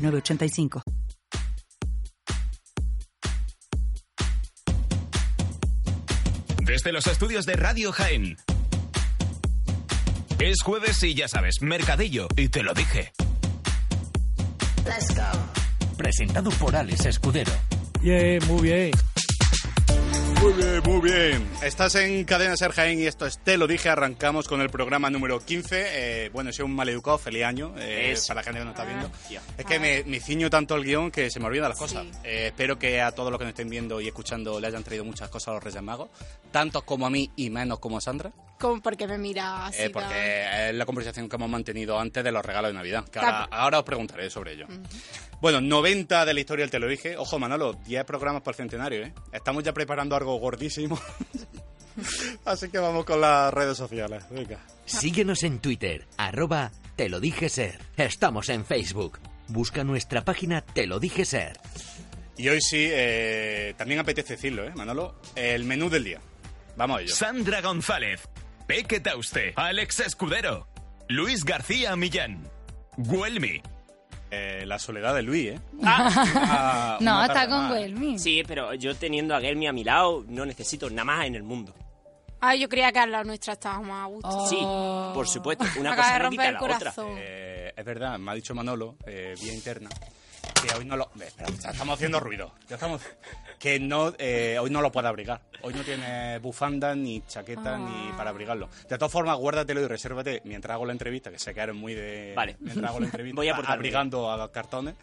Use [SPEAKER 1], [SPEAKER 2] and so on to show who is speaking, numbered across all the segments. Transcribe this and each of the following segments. [SPEAKER 1] 985.
[SPEAKER 2] Desde los estudios de Radio Jaén. Es jueves y ya sabes, mercadillo, y te lo dije.
[SPEAKER 3] Let's go.
[SPEAKER 4] Presentado por Alex Escudero.
[SPEAKER 5] Yeah, muy bien.
[SPEAKER 6] Muy bien, muy bien. Estás en Cadena Ser Jaén y esto es Te lo dije. Arrancamos con el programa número 15. Eh, bueno, soy un maleducado, feliz año eh, para la gente que nos está viendo. Es que me, me, ciño tanto el guión que se me olvidan las cosas. Sí. Eh, espero que a todos los que nos estén viendo y escuchando le hayan traído muchas cosas a los Reyes Magos, tantos como a mí y menos como a Sandra.
[SPEAKER 3] ¿Cómo? ¿Por qué me miras?
[SPEAKER 6] Eh, porque es la conversación que hemos mantenido antes de los regalos de Navidad. Que ahora, ahora, os preguntaré sobre ello. Mm. Bueno, 90 de la historia del Te lo dije. Ojo, Manolo, 10 programas por centenario, ¿eh? Estamos ya preparando algo gordísimo. Así que vamos con las redes sociales. Venga.
[SPEAKER 4] Síguenos en Twitter, arroba Te lo dije ser. Estamos en Facebook. Busca nuestra página Te lo dije ser.
[SPEAKER 6] Y hoy sí, eh, también apetece decirlo, ¿eh, Manolo? El menú del día. Vamos a ello.
[SPEAKER 2] Sandra González, Peque Tauste, Alex Escudero, Luis García Millán, Guelmi.
[SPEAKER 6] Eh, la soledad de Luis, ¿eh?
[SPEAKER 3] Ah, no, está con Guelmi.
[SPEAKER 7] Sí, pero yo teniendo a Guelmi a mi lado no necesito nada más en el mundo.
[SPEAKER 3] Ah, yo creía que la nuestra estaba más a gusto.
[SPEAKER 7] Oh. Sí, por supuesto. Una Acaba cosa de romper no el corazón.
[SPEAKER 6] Otra. Eh, es verdad, me ha dicho Manolo, eh, vía interna, que hoy no lo... Espera, ya estamos haciendo ruido. Ya estamos... Que no, eh, hoy no lo puede abrigar. Hoy no tiene bufanda, ni chaqueta, ah. ni para abrigarlo. De todas formas, guárdatelo y resérvate mientras hago la entrevista, que se quedaron muy de...
[SPEAKER 7] Vale.
[SPEAKER 6] Mientras hago la entrevista.
[SPEAKER 7] Voy a portar
[SPEAKER 6] Abrigando a cartones.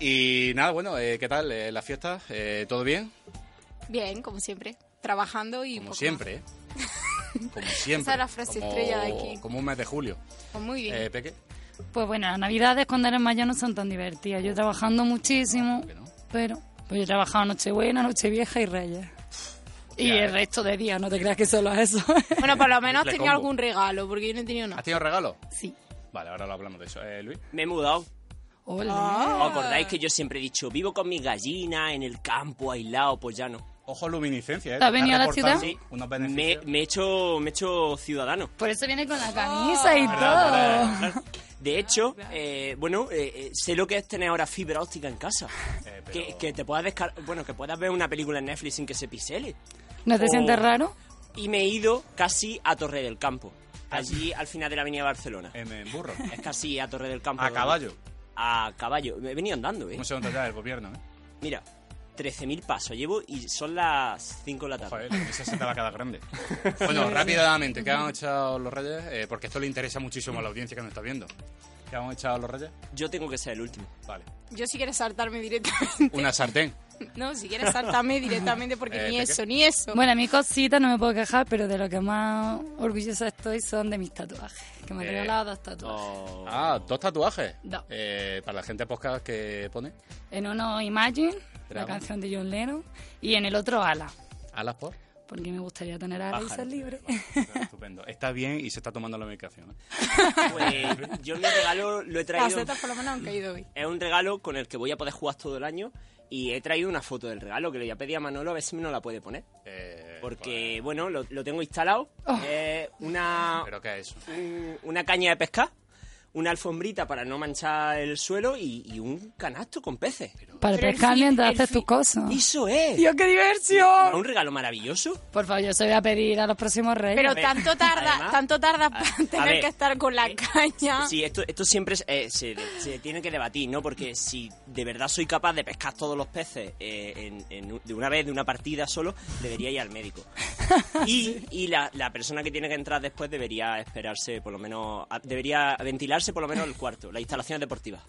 [SPEAKER 6] Y nada, bueno, eh, ¿qué tal eh, las fiestas? ¿Todo bien?
[SPEAKER 3] Bien, como siempre. Trabajando y...
[SPEAKER 6] Como siempre, ¿eh? Como siempre.
[SPEAKER 3] Esa es la frase
[SPEAKER 6] como,
[SPEAKER 3] estrella de aquí.
[SPEAKER 6] Como un mes de julio. Eh,
[SPEAKER 3] Pues muy bien.
[SPEAKER 6] ¿Peque?
[SPEAKER 8] Pues bueno, las navidades cuando eres mayor no son tan divertidas. Yo trabajando muchísimo, no? pero pues yo he trabajado Nochebuena, Nochevieja y Reyes. Hostia, y
[SPEAKER 7] eh.
[SPEAKER 8] el resto de días, no te creas que solo eso.
[SPEAKER 3] bueno, por lo menos has tenido combo. algún regalo, porque yo no he tenido nada.
[SPEAKER 6] ¿Has tenido regalo?
[SPEAKER 8] Sí.
[SPEAKER 6] Vale, ahora lo hablamos de eso. Eh, Luis.
[SPEAKER 7] Me he mudado.
[SPEAKER 8] Hola.
[SPEAKER 7] Ah. ¿Os acordáis que yo siempre he dicho, vivo con mis gallinas, en el campo, aislado? Pues ya no.
[SPEAKER 6] Ojo luminiscencia, ¿eh?
[SPEAKER 8] ¿Has venido a la ciudad?
[SPEAKER 7] Sí. Unos me, me, he hecho, me he hecho ciudadano.
[SPEAKER 8] Por eso viene
[SPEAKER 7] Ah.
[SPEAKER 8] con la camisa oh, y verdad, todo. Verdad.
[SPEAKER 7] De hecho, eh, bueno, eh, sé lo que es tener ahora fibra óptica en casa. Eh, pero... que, que, te puedas descar bueno, que puedas ver una película en Netflix sin que se pisele.
[SPEAKER 8] ¿No te
[SPEAKER 7] Oh.
[SPEAKER 8] o... sientes raro?
[SPEAKER 7] Y me he ido casi a Torre del Campo.
[SPEAKER 6] Ah.
[SPEAKER 7] Allí al final de la avenida Barcelona.
[SPEAKER 6] En burro.
[SPEAKER 7] Es casi a Torre del Campo.
[SPEAKER 6] A caballo.
[SPEAKER 7] A caballo. Me he venido andando, ¿eh?
[SPEAKER 6] Un segundo ya del gobierno, ¿eh?
[SPEAKER 7] Mira, 13.000 pasos llevo y son las 5 de la tarde.
[SPEAKER 6] Joder, esa se te va a quedar grande. bueno, rápidamente, ¿qué han echado los reyes? Eh, porque esto le interesa muchísimo a la audiencia que nos está viendo. ¿Qué han echado los reyes?
[SPEAKER 7] Yo tengo que ser el último.
[SPEAKER 6] Vale.
[SPEAKER 3] Yo si quieres saltarme directamente.
[SPEAKER 6] ¿Una sartén?
[SPEAKER 3] No, si quieres saltarme directamente porque eh, ni eso, qué? ni eso.
[SPEAKER 8] Bueno, a mi cosita no me puedo quejar, pero de lo que más orgullosa estoy son de mis tatuajes. Que me he eh, regalado dos tatuajes. Oh.
[SPEAKER 6] Ah, ¿dos tatuajes? Eh,
[SPEAKER 8] Dos.
[SPEAKER 6] para la gente podcast que pone.
[SPEAKER 8] En uno Imagine, Bravo. la canción de John Lennon, y en el otro Ala.
[SPEAKER 6] ¿Alas por?
[SPEAKER 8] Porque me gustaría tener alas y ser libre.
[SPEAKER 6] Estupendo. Está bien y se está tomando la medicación. ¿eh?
[SPEAKER 7] Pues yo mi regalo lo he traído.
[SPEAKER 3] Las setas por lo menos han caído hoy.
[SPEAKER 7] Es un regalo con el que voy a poder jugar todo el año. Y he traído una foto del regalo que le voy a pedir a Manolo a ver si me no la puede poner.
[SPEAKER 6] Eh,
[SPEAKER 7] Porque, bueno, bueno lo, lo, tengo instalado. Oh. Eh, una.
[SPEAKER 6] ¿Pero qué es?
[SPEAKER 7] Un, una caña de pescar una alfombrita para no manchar el suelo y, y un canasto con peces. Pero,
[SPEAKER 8] para pero pescar mientras haces tus cosas.
[SPEAKER 7] ¡Eso es!
[SPEAKER 8] ¡Dios, Oh. qué diversión!
[SPEAKER 7] Un regalo maravilloso.
[SPEAKER 8] Por favor, yo se voy a pedir a los próximos reyes.
[SPEAKER 3] Pero ver, tanto tarda, además, tanto tarda a, para tener ver, que estar con la eh, caña.
[SPEAKER 7] Sí, esto, esto siempre es, eh, se, se, tiene que debatir, ¿no? Porque si de verdad soy capaz de pescar todos los peces eh, en, en, de una vez, de una partida solo, debería ir al médico. Y, sí. y la, la persona que tiene que entrar después debería esperarse, por lo menos, debería ventilar por lo menos el cuarto, las instalaciones deportivas.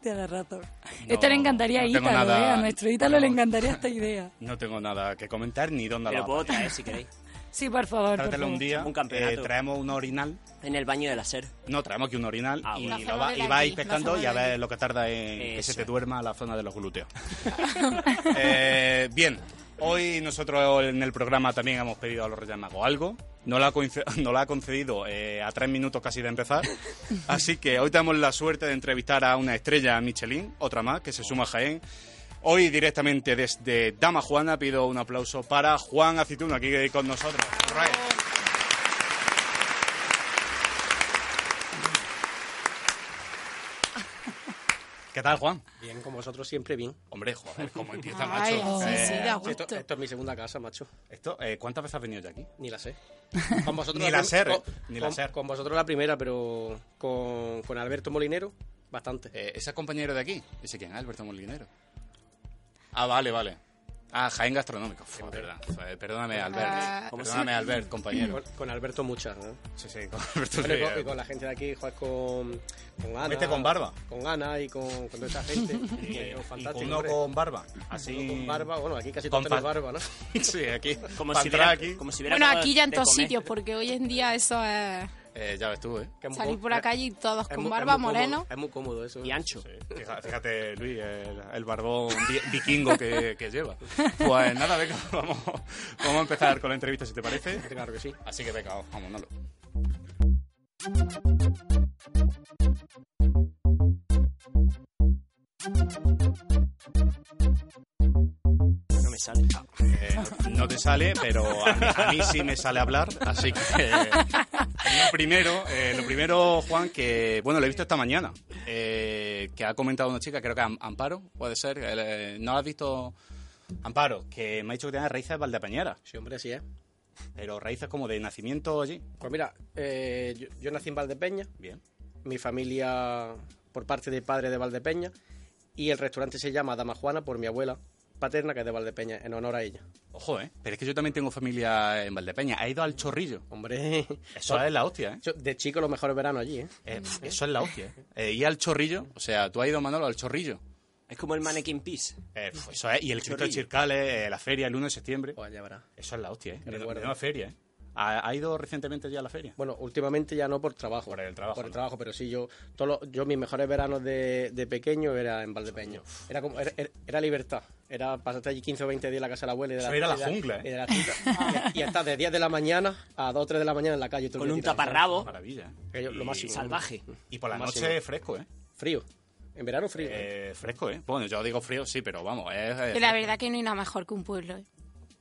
[SPEAKER 8] Tienes razón. No, Esto Este le encantaría no a Ítalo, nada, eh. A nuestro Ítalo no, le encantaría esta idea.
[SPEAKER 6] No tengo nada que comentar ni dónde
[SPEAKER 7] Pero
[SPEAKER 6] la
[SPEAKER 7] puedo traer si queréis.
[SPEAKER 8] Sí, por favor. por
[SPEAKER 6] Trátelo un
[SPEAKER 8] favor.
[SPEAKER 6] día.
[SPEAKER 7] Un campeonato.
[SPEAKER 6] eh, traemos un orinal.
[SPEAKER 7] En el baño de la SER.
[SPEAKER 6] No, traemos aquí un orinal
[SPEAKER 7] Ah,
[SPEAKER 6] y,
[SPEAKER 7] bueno.
[SPEAKER 3] Lo
[SPEAKER 6] lo va-
[SPEAKER 3] hacemos
[SPEAKER 6] y
[SPEAKER 3] desde
[SPEAKER 6] vais
[SPEAKER 3] aquí, lo
[SPEAKER 6] pescando
[SPEAKER 3] hacemos
[SPEAKER 6] y a
[SPEAKER 3] desde
[SPEAKER 6] ver lo que tarda en que se
[SPEAKER 7] Eso
[SPEAKER 6] te
[SPEAKER 7] es.
[SPEAKER 6] duerma la zona de los glúteos. Eh, bien, hoy nosotros en el programa también hemos pedido a los Reyes Magos algo. No la, no la ha concedido eh, a tres minutos casi de empezar. Así que hoy tenemos la suerte de entrevistar a una estrella Michelin, otra más, que se suma a Jaén. Hoy directamente desde Dama Juana pido un aplauso para Juan Acitún aquí con nosotros. Right. ¿Qué tal, Juan?
[SPEAKER 5] Bien, con vosotros siempre bien.
[SPEAKER 6] Hombre, joder, ¿cómo empieza,
[SPEAKER 3] Ay,
[SPEAKER 6] macho? Eh,
[SPEAKER 3] sí, sí, da
[SPEAKER 5] Eh, Esto,
[SPEAKER 3] gusto.
[SPEAKER 5] esto es mi segunda casa, macho.
[SPEAKER 6] Esto, eh, ¿Cuántas veces has venido ya aquí?
[SPEAKER 5] Ni la sé. Con vosotros
[SPEAKER 6] Ni la
[SPEAKER 5] prim-
[SPEAKER 6] ser,
[SPEAKER 5] con-
[SPEAKER 6] ni la
[SPEAKER 5] con-
[SPEAKER 6] ser.
[SPEAKER 5] Con vosotros la primera, pero con, con Alberto Molinero, bastante.
[SPEAKER 6] Eh, ¿Ese compañero de aquí? ¿Ese quién? Alberto Molinero. Ah, vale, vale. Ah, Jaén Gastronómico. Fua, verdad. Fua, eh, perdóname, Albert.
[SPEAKER 7] Ah. ¿cómo
[SPEAKER 6] Perdóname, Albert, compañero.
[SPEAKER 5] Con, con Alberto muchas, ¿no?
[SPEAKER 6] Sí, sí, con Alberto.
[SPEAKER 5] Bueno, y
[SPEAKER 6] sí,
[SPEAKER 5] con, y
[SPEAKER 6] eh.
[SPEAKER 5] con la gente de aquí, joder, con, con Ana.
[SPEAKER 6] Vete con barba.
[SPEAKER 5] Con Ana y con, con toda esa gente.
[SPEAKER 7] eh,
[SPEAKER 5] que es
[SPEAKER 6] Y
[SPEAKER 5] fantástico,
[SPEAKER 6] con uno
[SPEAKER 5] hombre.
[SPEAKER 6] con barba.
[SPEAKER 7] Ah,
[SPEAKER 5] Uno
[SPEAKER 6] Así.
[SPEAKER 5] con barba. Bueno, aquí casi
[SPEAKER 6] Con
[SPEAKER 5] todos tenemos
[SPEAKER 6] fal-
[SPEAKER 5] barba, ¿no?
[SPEAKER 6] sí, aquí.
[SPEAKER 7] Como
[SPEAKER 6] Pa'
[SPEAKER 7] si,
[SPEAKER 6] entrar
[SPEAKER 7] hubiera,
[SPEAKER 6] aquí.
[SPEAKER 7] como si hubiera
[SPEAKER 3] Bueno,
[SPEAKER 7] acabado
[SPEAKER 3] aquí ya en
[SPEAKER 7] de
[SPEAKER 3] todos
[SPEAKER 7] comer.
[SPEAKER 3] sitios, porque hoy en día eso es
[SPEAKER 6] Eh, ya ves tú, ¿eh?
[SPEAKER 5] Que es muy
[SPEAKER 3] salir
[SPEAKER 5] cómodo.
[SPEAKER 3] por la calle y todos
[SPEAKER 5] Es
[SPEAKER 3] con
[SPEAKER 5] muy- es
[SPEAKER 3] barba,
[SPEAKER 5] muy cómodo,
[SPEAKER 3] moreno.
[SPEAKER 5] Es muy cómodo eso.
[SPEAKER 7] Y ancho.
[SPEAKER 6] Fija- Fíjate, Luis, el, el barbón vi- vikingo que, que lleva. Pues nada, venga, vamos, vamos a empezar con la entrevista, si te parece.
[SPEAKER 5] Claro que sí.
[SPEAKER 6] Así que venga, vamos, no
[SPEAKER 7] Pues No me sale.
[SPEAKER 6] Eh, no- no te sale, pero a mí, a mí sí me sale hablar, así que eh, lo primero, eh, lo primero, Juan, que bueno, lo he visto esta mañana, eh, que ha comentado una chica, creo que Am- Amparo, puede ser, el, eh, no la has visto, Amparo, que me ha dicho que tiene raíces valdepeñeras,
[SPEAKER 5] Sí, hombre, sí, ¿eh?
[SPEAKER 6] pero raíces como de nacimiento allí,
[SPEAKER 5] Pues mira, eh, yo- yo nací en Valdepeña.
[SPEAKER 6] bien,
[SPEAKER 5] mi familia por parte de padre de Valdepeña y el restaurante se llama Dama Juana por mi abuela paterna que es de Valdepeña en honor a ella.
[SPEAKER 6] ojo, eh, pero es que yo también tengo familia en Valdepeña, he ido al Chorrillo,
[SPEAKER 5] Hombre, Pues
[SPEAKER 6] eso es la hostia, eh.
[SPEAKER 5] yo de chico los mejores veranos allí, ¿eh?
[SPEAKER 6] Eh, pf, eso es la hostia, eh. Eh, y al Chorrillo, o sea, tú has ido, Manolo, al Chorrillo.
[SPEAKER 7] Es como el mannequin piece.
[SPEAKER 6] Eh, pf, eso es, y el Cristo de
[SPEAKER 7] Chorrillo.
[SPEAKER 6] Chircales, eh, la feria el 1 de septiembre.
[SPEAKER 5] Pues ya verás.
[SPEAKER 6] Eso es la hostia, ¿eh?
[SPEAKER 5] recuerdo.
[SPEAKER 6] Menuda feria, ¿eh? ¿Ha, ha ido recientemente ya a la feria?
[SPEAKER 5] Bueno, últimamente ya no por trabajo.
[SPEAKER 6] Por el trabajo,
[SPEAKER 5] Por el
[SPEAKER 6] ¿no?
[SPEAKER 5] trabajo, pero sí, yo, todos los- yo mis mejores veranos de, de pequeño era en Valdepeña. Era como, era, era- era libertad. Era pasarte allí 15 o 20 días en la casa de la abuela. Y de
[SPEAKER 6] Eso
[SPEAKER 5] la,
[SPEAKER 6] era la
[SPEAKER 5] y de
[SPEAKER 6] jungla, ¿eh?
[SPEAKER 5] y de la tita. y, y hasta de 10 de la mañana a 2 o 3 de la mañana en la calle. todo el
[SPEAKER 7] Con
[SPEAKER 5] día
[SPEAKER 7] un
[SPEAKER 5] tirado.
[SPEAKER 7] taparrabo.
[SPEAKER 6] Maravilla, ¿eh?
[SPEAKER 5] Que yo- lo
[SPEAKER 6] Y-
[SPEAKER 5] máximo.
[SPEAKER 7] Salvaje.
[SPEAKER 6] Y por la
[SPEAKER 5] Lo
[SPEAKER 6] noche
[SPEAKER 5] máximo.
[SPEAKER 6] fresco, ¿eh?
[SPEAKER 5] Frío. En verano frío. ¿eh?
[SPEAKER 6] Eh, Fresco, ¿eh? Bueno, yo digo frío, sí, pero vamos, es... es-
[SPEAKER 3] Que la verdad que no hay nada mejor que un pueblo ¿eh?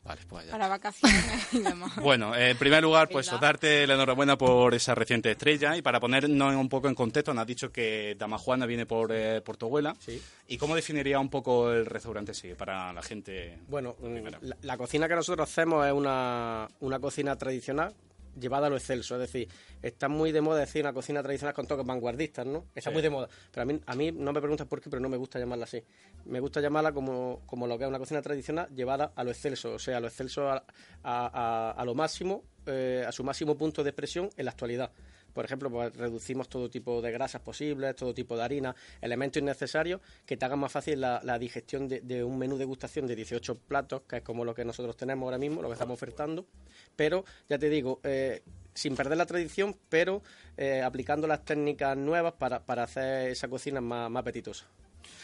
[SPEAKER 6] Vale, pues ya.
[SPEAKER 3] para vacaciones y demás.
[SPEAKER 6] Bueno, eh, en primer lugar, pues
[SPEAKER 3] ¿Verdad?
[SPEAKER 6] darte la enhorabuena por esa reciente estrella y para ponernos un poco en contexto, nos has dicho que Dama Juana viene por, eh, por tu abuela.
[SPEAKER 5] Sí.
[SPEAKER 6] ¿Y cómo definiría un poco el restaurante, sí, para la gente?
[SPEAKER 5] Bueno, mm,
[SPEAKER 6] Primero.
[SPEAKER 5] la, la cocina que nosotros hacemos es una, una cocina tradicional llevada a lo excelso. Es decir, está muy de moda decir una cocina tradicional con toques vanguardistas, ¿no? Está
[SPEAKER 6] Sí.
[SPEAKER 5] muy de moda. Pero a mí, a mí no me preguntas por qué, pero no me gusta llamarla así. Me gusta llamarla como, como lo que es una cocina tradicional llevada a lo excelso. O sea, a lo excelso a, a- a- a lo máximo, eh, a su máximo punto de expresión en la actualidad. Por ejemplo, pues reducimos todo tipo de grasas posibles, todo tipo de harina, elementos innecesarios que te hagan más fácil la, la digestión de, de un menú de gustación de 18 platos, que es como lo que nosotros tenemos ahora mismo, lo que estamos ofertando. Pero, ya te digo, eh, sin perder la tradición, pero eh, aplicando las técnicas nuevas para, para hacer esa cocina más, más apetitosa.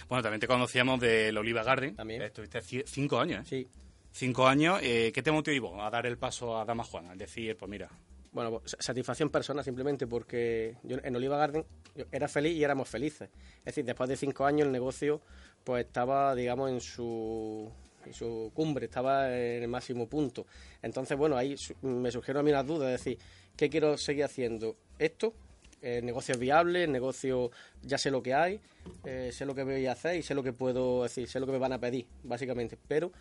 [SPEAKER 6] Bueno, también te conocíamos del Oliva Garden.
[SPEAKER 5] También.
[SPEAKER 6] Estuviste ci- cinco años, ¿eh?
[SPEAKER 5] Sí.
[SPEAKER 6] Cinco años, eh, ¿qué te motivó a dar el paso a Dama Juana? Es decir, pues mira,
[SPEAKER 5] Bueno, pues, sa- satisfacción personal simplemente porque yo en Oliva Garden yo era feliz y éramos felices. Es decir, después de cinco años el negocio pues estaba, digamos, en su, en su cumbre, estaba en el máximo punto. Entonces, bueno, ahí su- me surgieron a mí las dudas, es decir, ¿qué quiero seguir haciendo? ¿Esto? El negocio es viable, el negocio ya sé lo que hay, eh, sé lo que voy a hacer y sé lo que puedo, es decir, sé lo que me van a pedir, básicamente. Pero,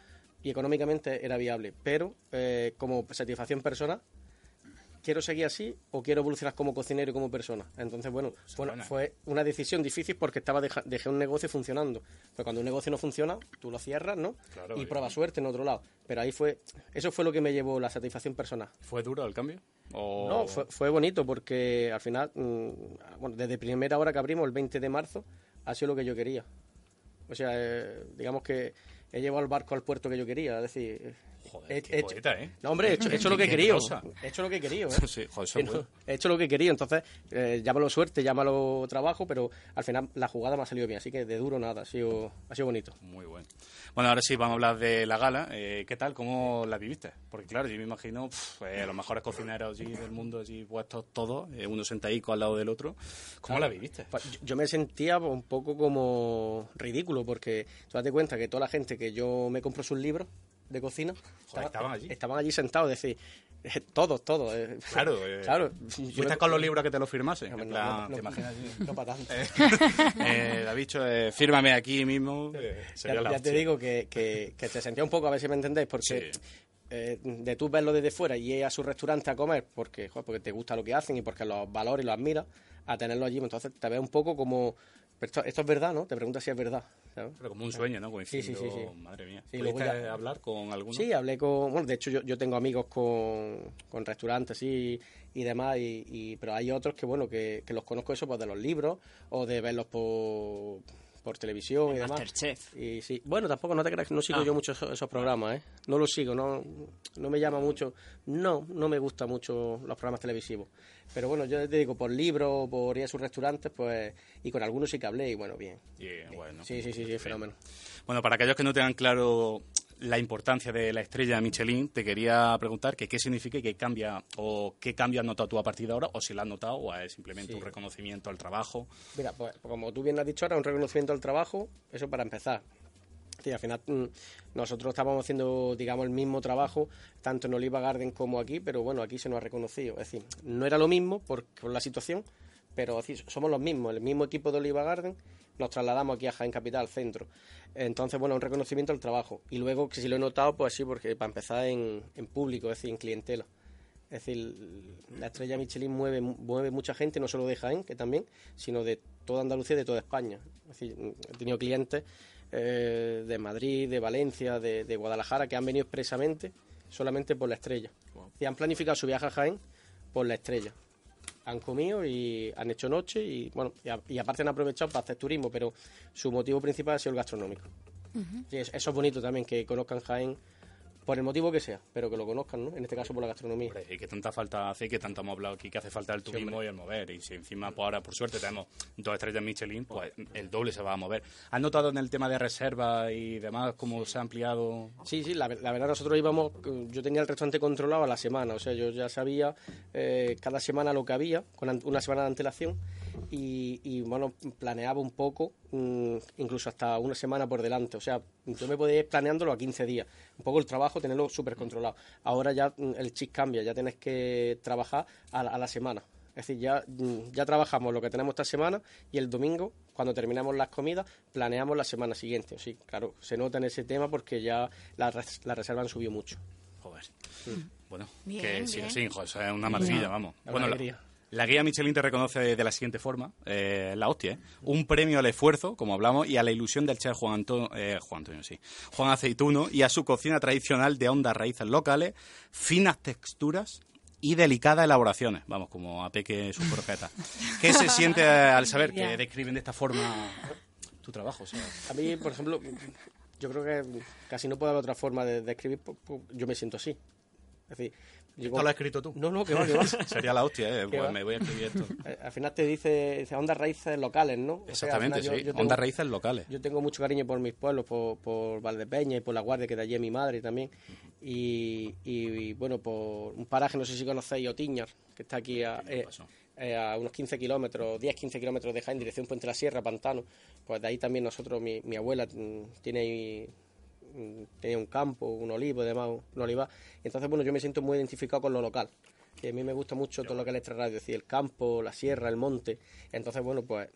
[SPEAKER 5] y económicamente era viable, pero eh, como satisfacción personal quiero seguir así o quiero evolucionar como cocinero y como persona. Entonces, bueno, fue,
[SPEAKER 6] buena.
[SPEAKER 5] fue una decisión difícil porque estaba deja- dejé un negocio funcionando. Pero cuando un negocio no funciona, tú lo cierras, ¿no?
[SPEAKER 6] Claro,
[SPEAKER 5] y
[SPEAKER 6] y-
[SPEAKER 5] pruebas suerte en otro lado. Pero ahí fue, eso fue lo que me llevó la satisfacción personal.
[SPEAKER 6] ¿fue duro el cambio? O...
[SPEAKER 5] No, fue, fue bonito porque al final, mm, bueno, desde primera hora que abrimos, el 20 de marzo, ha sido lo que yo quería. O sea, eh, digamos que he llevado el barco al puerto que yo quería. Es decir,
[SPEAKER 6] Joder,
[SPEAKER 5] he-
[SPEAKER 6] qué
[SPEAKER 5] he hecho-
[SPEAKER 6] poeta, ¿eh?
[SPEAKER 5] No, hombre, he hecho, he hecho lo que he
[SPEAKER 6] Qué
[SPEAKER 5] querido.
[SPEAKER 6] cosa.
[SPEAKER 5] He hecho lo que he querido, ¿eh?
[SPEAKER 6] Sí, joder, eso
[SPEAKER 5] Y no-
[SPEAKER 6] bueno.
[SPEAKER 5] He hecho lo que he querido. Entonces, eh, llámalo suerte, llámalo trabajo, pero al final la jugada me ha salido bien. Así que de duro nada, ha sido, ha sido bonito.
[SPEAKER 6] Muy bueno. Bueno, ahora sí vamos a hablar de la gala. Eh, ¿Qué tal? ¿Cómo la viviste? Porque claro, yo me imagino pf, eh, los mejores cocineros allí del mundo, allí puestos todos, eh, uno sentadico al lado del otro. ¿Cómo la viviste?
[SPEAKER 5] Pues, yo- yo me sentía pues, un poco como ridículo, porque tú date cuenta que toda la gente que yo me compro sus libros de cocina
[SPEAKER 6] estaban allí.
[SPEAKER 5] estaban allí sentados, es decir, todos, todos. eh.
[SPEAKER 6] Claro, eh,
[SPEAKER 5] claro.
[SPEAKER 6] ¿Fuiste con los libros a que te los firmasen?
[SPEAKER 5] No,
[SPEAKER 6] En
[SPEAKER 5] no,
[SPEAKER 6] plan,
[SPEAKER 5] no, no,
[SPEAKER 6] ¿te imaginas?
[SPEAKER 5] no para tanto.
[SPEAKER 6] Eh, David, eh, fírmame aquí mismo. eh, sería
[SPEAKER 5] ya,
[SPEAKER 6] la
[SPEAKER 5] ya te
[SPEAKER 6] hostia.
[SPEAKER 5] digo que, que- que te sentía un poco, a ver si me entendéis, porque
[SPEAKER 6] Sí.
[SPEAKER 5] eh, de tú verlo desde fuera y ir a su restaurante a comer porque, jo, porque te gusta lo que hacen y porque los valores y los admiras, a tenerlo allí, entonces te ves un poco como... Pero esto, esto es verdad, ¿no? Te preguntas si es verdad, ¿sabes?
[SPEAKER 6] Pero como un sueño, ¿no? Como
[SPEAKER 5] Sí, sí, sí,
[SPEAKER 6] diciendo,
[SPEAKER 5] sí.
[SPEAKER 6] Madre mía.
[SPEAKER 5] Sí, luego
[SPEAKER 6] ¿Pudiste
[SPEAKER 5] ya-
[SPEAKER 6] hablar con alguno?
[SPEAKER 5] Sí, hablé con. Bueno, de hecho, yo, yo tengo amigos con, con restaurantes y, y demás, y, y- pero hay otros que, bueno, que, que los conozco eso pues, de los libros o de verlos por, por televisión y
[SPEAKER 7] El
[SPEAKER 5] demás.
[SPEAKER 7] Masterchef.
[SPEAKER 5] Y sí, bueno, tampoco no te creas, que no sigo
[SPEAKER 7] Ah.
[SPEAKER 5] yo mucho esos, esos programas, ¿eh? No los sigo, no, no me llama mucho. No, no me gustan mucho los programas televisivos. Pero bueno, yo te digo, por libros, por ir a sus restaurantes, pues. Y con algunos sí que hablé, y bueno, bien.
[SPEAKER 6] Y, bueno,
[SPEAKER 5] Sí, sí, sí, sí, fenómeno.
[SPEAKER 6] Bueno, para aquellos que no tengan claro la importancia de la estrella Michelin, te quería preguntar que qué significa y qué cambia o qué cambio has notado tú a partir de ahora o si la has notado o es simplemente
[SPEAKER 5] Sí.
[SPEAKER 6] un reconocimiento al trabajo.
[SPEAKER 5] Mira, pues como tú bien has dicho ahora, un reconocimiento al trabajo, eso para empezar. Sí, al final mm, nosotros estábamos haciendo, digamos, el mismo trabajo, tanto en Oliva Garden como aquí, pero bueno, aquí se nos ha reconocido. Es decir, no era lo mismo por, por la situación, pero es decir, somos los mismos, el mismo equipo de Oliva Garden, nos trasladamos aquí a Jaén Capital, centro. Entonces, bueno, un reconocimiento al trabajo. Y luego, que si lo he notado, pues sí, porque para empezar en, en público, es decir, en clientela. Es decir, la estrella Michelin mueve, mueve mucha gente, no solo de Jaén, que también, sino de toda Andalucía y de toda España. Es decir, he tenido clientes eh, de Madrid, de Valencia, de, de Guadalajara, que han venido expresamente solamente por la estrella. Y han planificado su viaje a Jaén por la estrella. Han comido y han hecho noche y, bueno, y, a- y aparte han aprovechado para hacer turismo, pero su motivo principal ha sido el gastronómico. Sí, es- eso es bonito también, que conozcan Jaén por el motivo que sea, pero que lo conozcan, ¿no? En este caso por la gastronomía.
[SPEAKER 6] Hombre, y eh, que tanta falta hace, que tanto hemos hablado aquí, que hace falta el turismo y el mover. Y si encima, pues ahora, por suerte, tenemos dos estrellas Michelin, pues el doble se va a mover. ¿Has notado en el tema de reserva y demás cómo se ha ampliado?
[SPEAKER 5] Sí, sí, la, ve- la verdad nosotros íbamos, yo tenía el restaurante controlado a la semana, o sea, yo ya sabía eh, cada semana lo que había, con an- una semana de antelación, y, y, bueno, planeaba un poco, mm, incluso hasta una semana por delante, o sea, yo me podía ir planeándolo a 15 días, un poco el trabajo, tenerlo súper controlado. Ahora ya mm, el chip cambia, ya tienes que trabajar a la, a la semana. Es decir, ya, mm, ya trabajamos lo que tenemos esta semana y el domingo, cuando terminamos las comidas, planeamos la semana siguiente. Sí, claro, se nota en ese tema porque ya las res- las reservas han subido mucho.
[SPEAKER 6] Joder. Bueno,
[SPEAKER 3] Bien,
[SPEAKER 6] que
[SPEAKER 3] bien.
[SPEAKER 6] siga así, joder, eso es una maravilla, vamos.
[SPEAKER 5] Una
[SPEAKER 6] bueno, la,
[SPEAKER 5] alegría.
[SPEAKER 6] la guía Michelin te reconoce de, de la siguiente forma, eh, la hostia, ¿eh? Un premio al esfuerzo, como hablamos, y a la ilusión del chef Juan Antonio, Juan Antonio, sí, Juan Aceituno, y a su cocina tradicional de hondas raíces locales, finas texturas y delicadas elaboraciones, vamos, como a Peque su profeta. ¿Qué se siente eh, al saber que
[SPEAKER 8] Ya.
[SPEAKER 6] describen de esta forma tu trabajo? O sea,
[SPEAKER 5] A mí, por ejemplo, yo creo que casi no puede haber otra forma de, de escribir, po- po- yo me siento así. Es decir, yo
[SPEAKER 6] ¿Esto lo has escrito tú?
[SPEAKER 5] No, no, que va, que va.
[SPEAKER 6] Sería la hostia, ¿eh?
[SPEAKER 5] ¿Qué
[SPEAKER 6] Pues
[SPEAKER 5] va?
[SPEAKER 6] me voy a escribir esto.
[SPEAKER 5] Eh, Al final te dice, dice ondas raíces locales, ¿no? O sea, al
[SPEAKER 6] Exactamente,
[SPEAKER 5] final
[SPEAKER 6] sí.
[SPEAKER 5] yo- yo tengo-
[SPEAKER 6] Ondas raíces locales.
[SPEAKER 5] Yo tengo mucho cariño por mis pueblos, por, por Valdepeña y por La Guardia, que de allí es mi madre también. Y, y, y, bueno, por un paraje, no sé si conocéis, Otiñar, que está aquí a, eh,
[SPEAKER 6] paso.
[SPEAKER 5] eh, a unos 15 kilómetros, 10-15 kilómetros de Jaén, dirección Puente de la Sierra, Pantano. Pues de ahí también nosotros, mi, mi abuela mm, tiene ahí, mm, tenía un campo, un olivo y demás, un olivar. Entonces, bueno, yo me siento muy identificado con lo local. Que a mí me gusta mucho todo lo que es el extrarradio, es decir, el campo, la sierra, el monte. Entonces, bueno, pues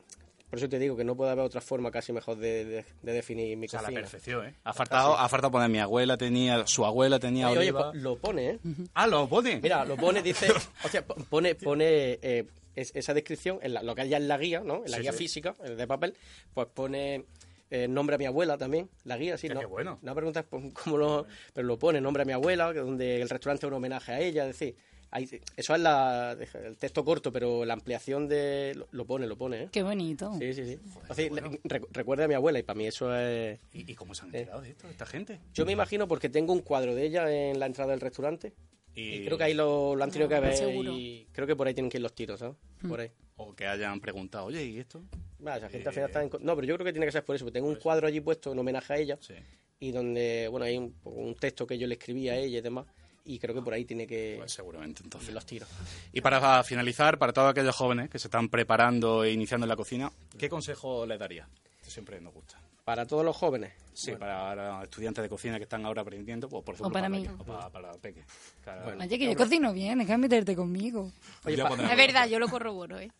[SPEAKER 5] por eso te digo que no puede haber otra forma casi mejor de, de- de definir mi
[SPEAKER 6] O sea, la
[SPEAKER 5] cocina.
[SPEAKER 6] perfección, ¿eh? Ha faltado, ha faltado poner mi abuela tenía, su abuela tenía
[SPEAKER 5] Oye, oye,
[SPEAKER 6] oliva.
[SPEAKER 5] po- lo pone, ¿eh?
[SPEAKER 6] ah, lo pone.
[SPEAKER 5] Mira, lo pone, dice, o sea, po- pone, pone eh, es- esa descripción, en la- lo que hay ya en la guía, ¿no? En la
[SPEAKER 6] Sí,
[SPEAKER 5] guía
[SPEAKER 6] sí.
[SPEAKER 5] física, el de papel, pues pone eh, nombre a mi abuela también, la guía, sí,
[SPEAKER 6] Hostia,
[SPEAKER 5] ¿no?
[SPEAKER 6] qué bueno.
[SPEAKER 5] No preguntas pues, cómo lo, pero lo pone, nombre a mi abuela, que donde el restaurante es un homenaje a ella, es decir, Ahí- eso es la, el texto corto, pero la ampliación de... Lo, lo pone, lo pone, ¿eh?
[SPEAKER 8] Qué bonito.
[SPEAKER 5] Sí, sí, sí. Así, re- recuerda a mi abuela y para mí eso es...
[SPEAKER 6] ¿Y, y cómo se han
[SPEAKER 5] Eh.
[SPEAKER 6] enterado de esto, esta gente?
[SPEAKER 5] Yo me imagino porque tengo un cuadro de ella en la entrada del restaurante y, creo que ahí lo, lo han tenido que ver
[SPEAKER 3] seguro.
[SPEAKER 5] y creo que por ahí tienen que ir los tiros, ¿sabes? Por ahí.
[SPEAKER 6] O que hayan preguntado, oye, ¿y esto?
[SPEAKER 5] Bueno, esa gente al final está en... co- No, pero yo creo que tiene que Eh, ser por eso, porque tengo un cuadro allí puesto en homenaje a ella
[SPEAKER 6] Sí.
[SPEAKER 5] y donde, bueno, hay un, un texto que yo le escribí a ella y demás y creo que por ahí tiene que...
[SPEAKER 6] Pues seguramente entonces.
[SPEAKER 5] ir los tiros.
[SPEAKER 6] Y para finalizar, para todos aquellos jóvenes que se están preparando e iniciando en la cocina, ¿qué consejo les daría? Esto siempre nos gusta.
[SPEAKER 5] Para todos los jóvenes.
[SPEAKER 6] Sí, para estudiantes de cocina que están ahora aprendiendo, o por ejemplo,
[SPEAKER 8] O para mí.
[SPEAKER 6] Peque, O para, para Peque. Claro.
[SPEAKER 8] Oye, que yo cocino bien, deja de meterte conmigo.
[SPEAKER 5] Oye,
[SPEAKER 6] Ya
[SPEAKER 5] pa-
[SPEAKER 6] pondremos-
[SPEAKER 3] Es verdad, yo lo corroboro, ¿eh?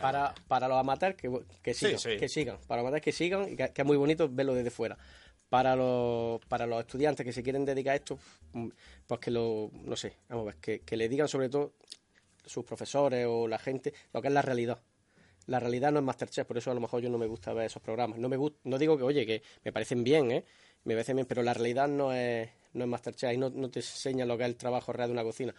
[SPEAKER 5] para, para los amateurs que, que
[SPEAKER 6] Sí,
[SPEAKER 5] sigan,
[SPEAKER 6] sí.
[SPEAKER 5] que sigan, para los amateurs que sigan, y que, que es muy bonito verlo desde fuera. Para los, para los estudiantes que se quieren dedicar a esto, mm, pues que lo, no sé, vamos a ver, que, que le digan sobre todo sus profesores o la gente lo que es la realidad. La realidad no es Masterchef, por eso a lo mejor yo no me gusta ver esos programas. No me gust- no digo que, oye, que me parecen bien, ¿eh? Me parecen bien, pero la realidad no es, no es Masterchef y no, no te enseña lo que es el trabajo real de una cocina.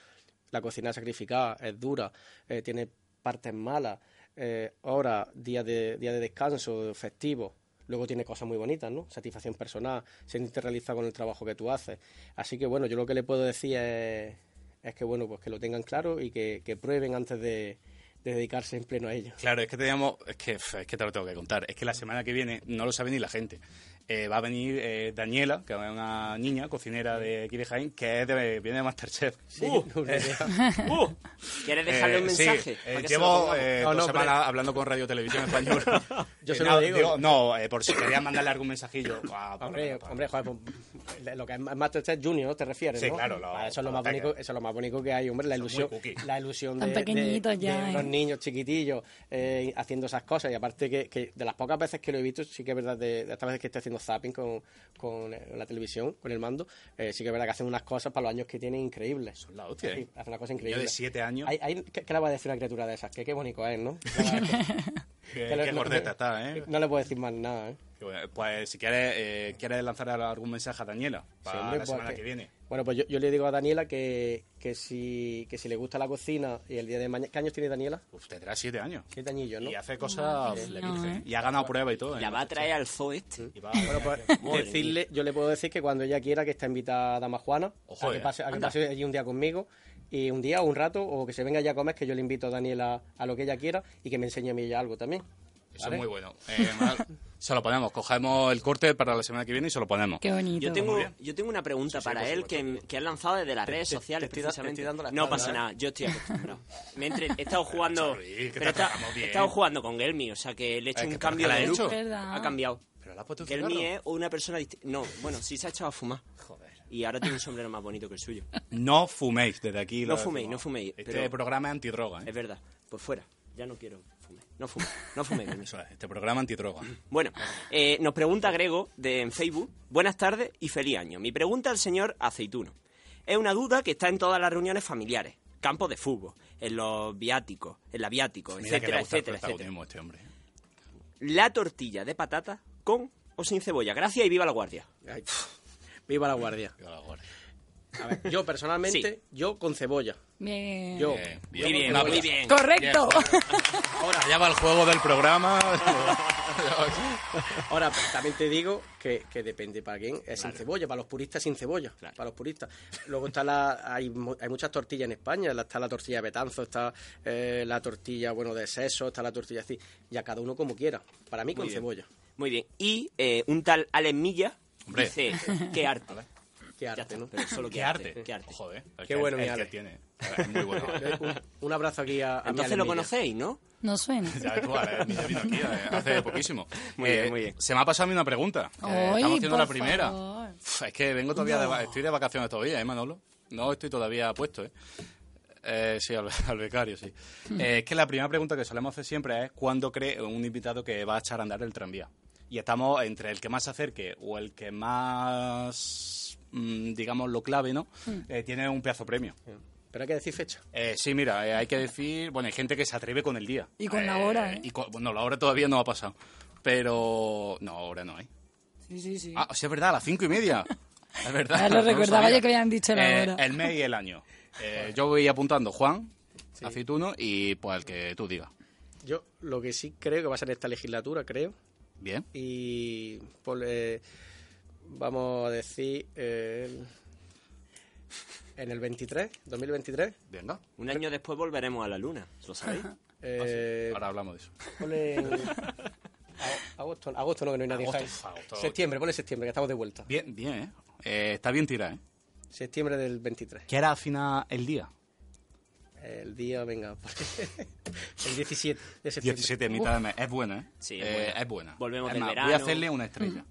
[SPEAKER 5] La cocina es sacrificada, es dura, eh, tiene partes malas, eh, horas, días de, días de descanso, festivos. Luego tiene cosas muy bonitas, ¿no? Satisfacción personal, sentirte realizado con el trabajo que tú haces. Así que, bueno, yo lo que le puedo decir es, es que, bueno, pues que lo tengan claro y que, que prueben antes de, de dedicarse en pleno a ello.
[SPEAKER 6] Claro, es que teníamos, es que, pf, es que te lo tengo que contar. Es que la semana que viene no lo sabe ni la gente. Eh, va a venir eh, Daniela, que es una niña cocinera de aquí de Jaén, que es de- viene de Masterchef. Uh, eh, uh.
[SPEAKER 7] ¿Quieres dejarle un
[SPEAKER 6] Eh, sí,
[SPEAKER 7] mensaje?
[SPEAKER 6] eh,
[SPEAKER 7] ¿Para que se lo
[SPEAKER 6] llevo
[SPEAKER 7] pongamos?
[SPEAKER 6] eh,
[SPEAKER 5] No,
[SPEAKER 6] dos
[SPEAKER 5] no, pero-
[SPEAKER 6] semanas hablando con Radio Televisión Española.
[SPEAKER 5] Yo
[SPEAKER 6] Eh,
[SPEAKER 5] se lo
[SPEAKER 6] no,
[SPEAKER 5] digo.
[SPEAKER 6] no, eh, por si querías mandarle algún mensajillo. Ah, por-
[SPEAKER 5] Hombre,
[SPEAKER 6] por-
[SPEAKER 5] hombre, joder, pues, le- lo que es Masterchef Junior, ¿no? ¿Te refieres,
[SPEAKER 6] Sí,
[SPEAKER 5] no?
[SPEAKER 6] claro, lo-
[SPEAKER 5] Ah, eso, es lo
[SPEAKER 6] lo
[SPEAKER 5] más
[SPEAKER 6] que-
[SPEAKER 5] bonito, eso es lo más bonito que hay, hombre, la
[SPEAKER 6] Son muy
[SPEAKER 5] ilusión,
[SPEAKER 6] cookies.
[SPEAKER 5] la ilusión de,
[SPEAKER 8] Tan
[SPEAKER 5] de-
[SPEAKER 8] pequeñitos ya,
[SPEAKER 5] de
[SPEAKER 8] ¿eh?
[SPEAKER 5] los niños chiquitillos eh, haciendo esas cosas. Y aparte que, que de las pocas veces que lo he visto, sí que es verdad, de, de estas veces que estoy haciendo zapping con, con, eh, la televisión, con el mando, eh, sí que es verdad que hacen unas cosas para los años que tienen increíbles.
[SPEAKER 6] Son la hostia,
[SPEAKER 5] Sí,
[SPEAKER 6] eh.
[SPEAKER 5] hacen una cosa
[SPEAKER 6] Niño
[SPEAKER 5] increíble.
[SPEAKER 6] de siete años.
[SPEAKER 5] Ahí- ahí- ¿qué, qué le va a decir una criatura de esas? Que qué bonito es, ¿no?
[SPEAKER 6] Qué,
[SPEAKER 5] Que no-
[SPEAKER 6] qué
[SPEAKER 5] no-
[SPEAKER 6] gordeta está, ¿eh?
[SPEAKER 5] No le puedo decir más nada, ¿eh?
[SPEAKER 6] Qué bueno. Pues si quieres, eh, quieres lanzar algún mensaje a Daniela para
[SPEAKER 5] Sí, hombre,
[SPEAKER 6] la
[SPEAKER 5] pues,
[SPEAKER 6] semana
[SPEAKER 5] que-
[SPEAKER 6] que viene.
[SPEAKER 5] Bueno, pues yo, yo le digo a Daniela que, que, si, que si le gusta la cocina y el día de mañana... ¿Qué años tiene Daniela?
[SPEAKER 6] Uf, tendrá siete años.
[SPEAKER 5] Siete añillos, ¿no?
[SPEAKER 6] Y hace cosas.
[SPEAKER 8] Madre
[SPEAKER 6] la
[SPEAKER 8] mía,
[SPEAKER 6] virgen.
[SPEAKER 8] ¿eh?
[SPEAKER 6] Y ha ganado prueba y todo. ¿eh?
[SPEAKER 7] La va a traer al zoo este.
[SPEAKER 6] Y va-
[SPEAKER 5] Bueno, pues decirle, yo le puedo decir que cuando ella quiera que está invitada a Dama Juana,
[SPEAKER 6] Ojo,
[SPEAKER 5] a que
[SPEAKER 6] eh.
[SPEAKER 5] pase, a que
[SPEAKER 6] Anda.
[SPEAKER 5] pase allí un día conmigo, y un día o un rato, o que se venga ya a comer, que yo le invito a Daniela a lo que ella quiera y que me enseñe a mí ella algo también.
[SPEAKER 6] Eso
[SPEAKER 5] ¿Vale?
[SPEAKER 6] es muy bueno. Eh, Manuel, se lo ponemos. Cogemos el corte para la semana que viene y se lo ponemos.
[SPEAKER 8] Qué bonito.
[SPEAKER 7] Yo tengo, yo tengo una pregunta para
[SPEAKER 6] por
[SPEAKER 7] él
[SPEAKER 6] supuesto.
[SPEAKER 7] que, que han lanzado desde las redes
[SPEAKER 5] te-
[SPEAKER 7] sociales
[SPEAKER 5] te estoy da- te
[SPEAKER 7] precisamente.
[SPEAKER 5] estoy dando la
[SPEAKER 7] no
[SPEAKER 5] espalda,
[SPEAKER 7] pasa
[SPEAKER 5] ¿eh? Ah,
[SPEAKER 7] nada, yo estoy acostumbrado. Me entre- he estado jugando,
[SPEAKER 6] Charly, que te
[SPEAKER 7] pero he estado-
[SPEAKER 6] tratamos bien.
[SPEAKER 7] he estado jugando con Gelmi, o sea que le he hecho
[SPEAKER 6] Eh,
[SPEAKER 7] un
[SPEAKER 6] que
[SPEAKER 7] cambio
[SPEAKER 6] la
[SPEAKER 7] de
[SPEAKER 6] he
[SPEAKER 7] look.
[SPEAKER 6] hecho.
[SPEAKER 8] ¿Verdad?
[SPEAKER 7] Ha cambiado.
[SPEAKER 6] Pero la has puesto un
[SPEAKER 7] Gelmi
[SPEAKER 6] cigarro.
[SPEAKER 7] es una persona distinta. No, bueno, sí se ha echado a fumar.
[SPEAKER 6] Joder.
[SPEAKER 7] Y ahora tiene un sombrero más bonito que el suyo.
[SPEAKER 6] No fuméis desde aquí.
[SPEAKER 7] No
[SPEAKER 6] lo
[SPEAKER 7] fuméis, no
[SPEAKER 6] decimos.
[SPEAKER 7] fuméis,
[SPEAKER 6] Este
[SPEAKER 7] pero-
[SPEAKER 6] programa es antidroga. ¿eh?
[SPEAKER 7] Es verdad. Pues fuera. Ya no quiero fumar. No fume. No fume, Gelmi.
[SPEAKER 6] Eso es, este programa antidroga.
[SPEAKER 7] Bueno, eh, nos pregunta Grego de, en Facebook. Buenas tardes y feliz año. Mi pregunta al señor Aceituno. Es una duda que está en todas las reuniones familiares, campos de fútbol, en los viáticos, en la viático,
[SPEAKER 6] Pues Mira que le
[SPEAKER 7] etcétera,
[SPEAKER 6] gusta el
[SPEAKER 7] etcétera, etcétera.
[SPEAKER 6] protagonismo a este hombre.
[SPEAKER 7] La tortilla de patata con o sin cebolla. Gracias y viva la guardia.
[SPEAKER 5] Ay, viva la guardia.
[SPEAKER 6] Viva la guardia.
[SPEAKER 5] A ver, yo personalmente, yo con cebolla.
[SPEAKER 8] Bien.
[SPEAKER 5] Yo.
[SPEAKER 6] Eh,
[SPEAKER 7] Muy bien,
[SPEAKER 6] Un aplauso.
[SPEAKER 7] muy bien.
[SPEAKER 8] ¡Correcto!
[SPEAKER 6] Ahora ya va el juego del programa.
[SPEAKER 5] Ahora, pues, también te digo que, que depende para quién. Es sin cebolla, para los puristas sin cebolla. Para los puristas. Luego está la, hay, mu- hay muchas tortillas en España. la- Está la tortilla de Betanzo, está eh, la tortilla, bueno, de seso, está la tortilla así. Ya cada uno como quiera. Para mí con
[SPEAKER 7] bien.
[SPEAKER 5] cebolla.
[SPEAKER 7] Muy bien. Y eh, un tal Alex Milla
[SPEAKER 6] Hombre.
[SPEAKER 7] dice, qué arte.
[SPEAKER 5] Qué
[SPEAKER 7] Ya
[SPEAKER 5] arte,
[SPEAKER 7] está,
[SPEAKER 5] ¿no?
[SPEAKER 7] pero solo
[SPEAKER 6] Qué arte.
[SPEAKER 7] Qué arte.
[SPEAKER 6] Joder. el
[SPEAKER 5] Qué
[SPEAKER 6] que-
[SPEAKER 5] bueno, mi
[SPEAKER 6] el que
[SPEAKER 5] Ale.
[SPEAKER 6] tiene. Es muy bueno.
[SPEAKER 5] Un, un abrazo aquí a, a mi
[SPEAKER 7] Entonces lo
[SPEAKER 5] Alemilla.
[SPEAKER 7] conocéis, ¿no?
[SPEAKER 8] No suena.
[SPEAKER 6] Ya eh, ves tú, Ale, ya vino aquí eh, hace poquísimo. Eh,
[SPEAKER 7] Muy bien, muy bien.
[SPEAKER 6] Se me ha pasado a mí una pregunta. Eh,
[SPEAKER 8] Ay,
[SPEAKER 6] estamos haciendo
[SPEAKER 8] por
[SPEAKER 6] la primera.
[SPEAKER 8] favor.
[SPEAKER 6] Uf, Es que vengo todavía de, va- estoy de vacaciones todavía, ¿eh, Manolo? No estoy todavía puesto, ¿eh? Eh, sí, al, al becario, sí.
[SPEAKER 8] Hmm.
[SPEAKER 6] Eh, es que la primera pregunta que solemos hacer siempre es ¿cuándo cree un invitado que va a echar a andar el tranvía? Y estamos entre el que más se acerque o el que más, mm, digamos, lo clave, ¿no?
[SPEAKER 8] Hmm.
[SPEAKER 6] Eh, tiene un pedazo premio.
[SPEAKER 5] Pero hay que decir fecha.
[SPEAKER 6] Eh, sí, mira, eh, hay que decir, bueno, hay gente que se atreve con el día.
[SPEAKER 8] Y con la hora, ¿eh?
[SPEAKER 6] Y con- bueno, la hora todavía no ha pasado. Pero no, ahora no ¿eh? hay.
[SPEAKER 8] Sí, sí, sí.
[SPEAKER 6] Ah, sí, es verdad, a las cinco y media. Es verdad.
[SPEAKER 8] Ah, lo
[SPEAKER 6] no
[SPEAKER 8] recordaba
[SPEAKER 6] sabía.
[SPEAKER 8] yo que habían dicho la
[SPEAKER 6] Eh,
[SPEAKER 8] hora.
[SPEAKER 6] El mes y el año. Eh, yo voy apuntando Juan, Aceituno y pues el que tú digas.
[SPEAKER 5] Yo lo que sí creo que va a ser esta legislatura, creo,
[SPEAKER 6] Bien.
[SPEAKER 5] y por, eh, vamos a decir eh, en el 23, 2023,
[SPEAKER 6] Venga.
[SPEAKER 7] Un año después volveremos a la luna, ¿lo sabéis?
[SPEAKER 5] eh,
[SPEAKER 6] Ah, Ahora hablamos de eso.
[SPEAKER 5] ponle en- a- agosto, agosto no que no hay nadie.
[SPEAKER 6] Agosto,
[SPEAKER 5] Jaime.
[SPEAKER 6] agosto.
[SPEAKER 5] septiembre, ponle septiembre que estamos de vuelta.
[SPEAKER 6] Bien, bien, ¿eh? Eh, está bien tirada, ¿eh?
[SPEAKER 5] Septiembre del 23.
[SPEAKER 6] ¿Qué era final el día?
[SPEAKER 5] El día, venga, pues, el 17 de septiembre.
[SPEAKER 6] 17, mitad de mes. Es buena, ¿eh?
[SPEAKER 7] Sí, es
[SPEAKER 6] Eh,
[SPEAKER 7] buena.
[SPEAKER 6] es buena.
[SPEAKER 7] Volvemos
[SPEAKER 6] Es
[SPEAKER 7] del
[SPEAKER 6] más, Voy a
[SPEAKER 7] verano.
[SPEAKER 6] hacerle una estrella.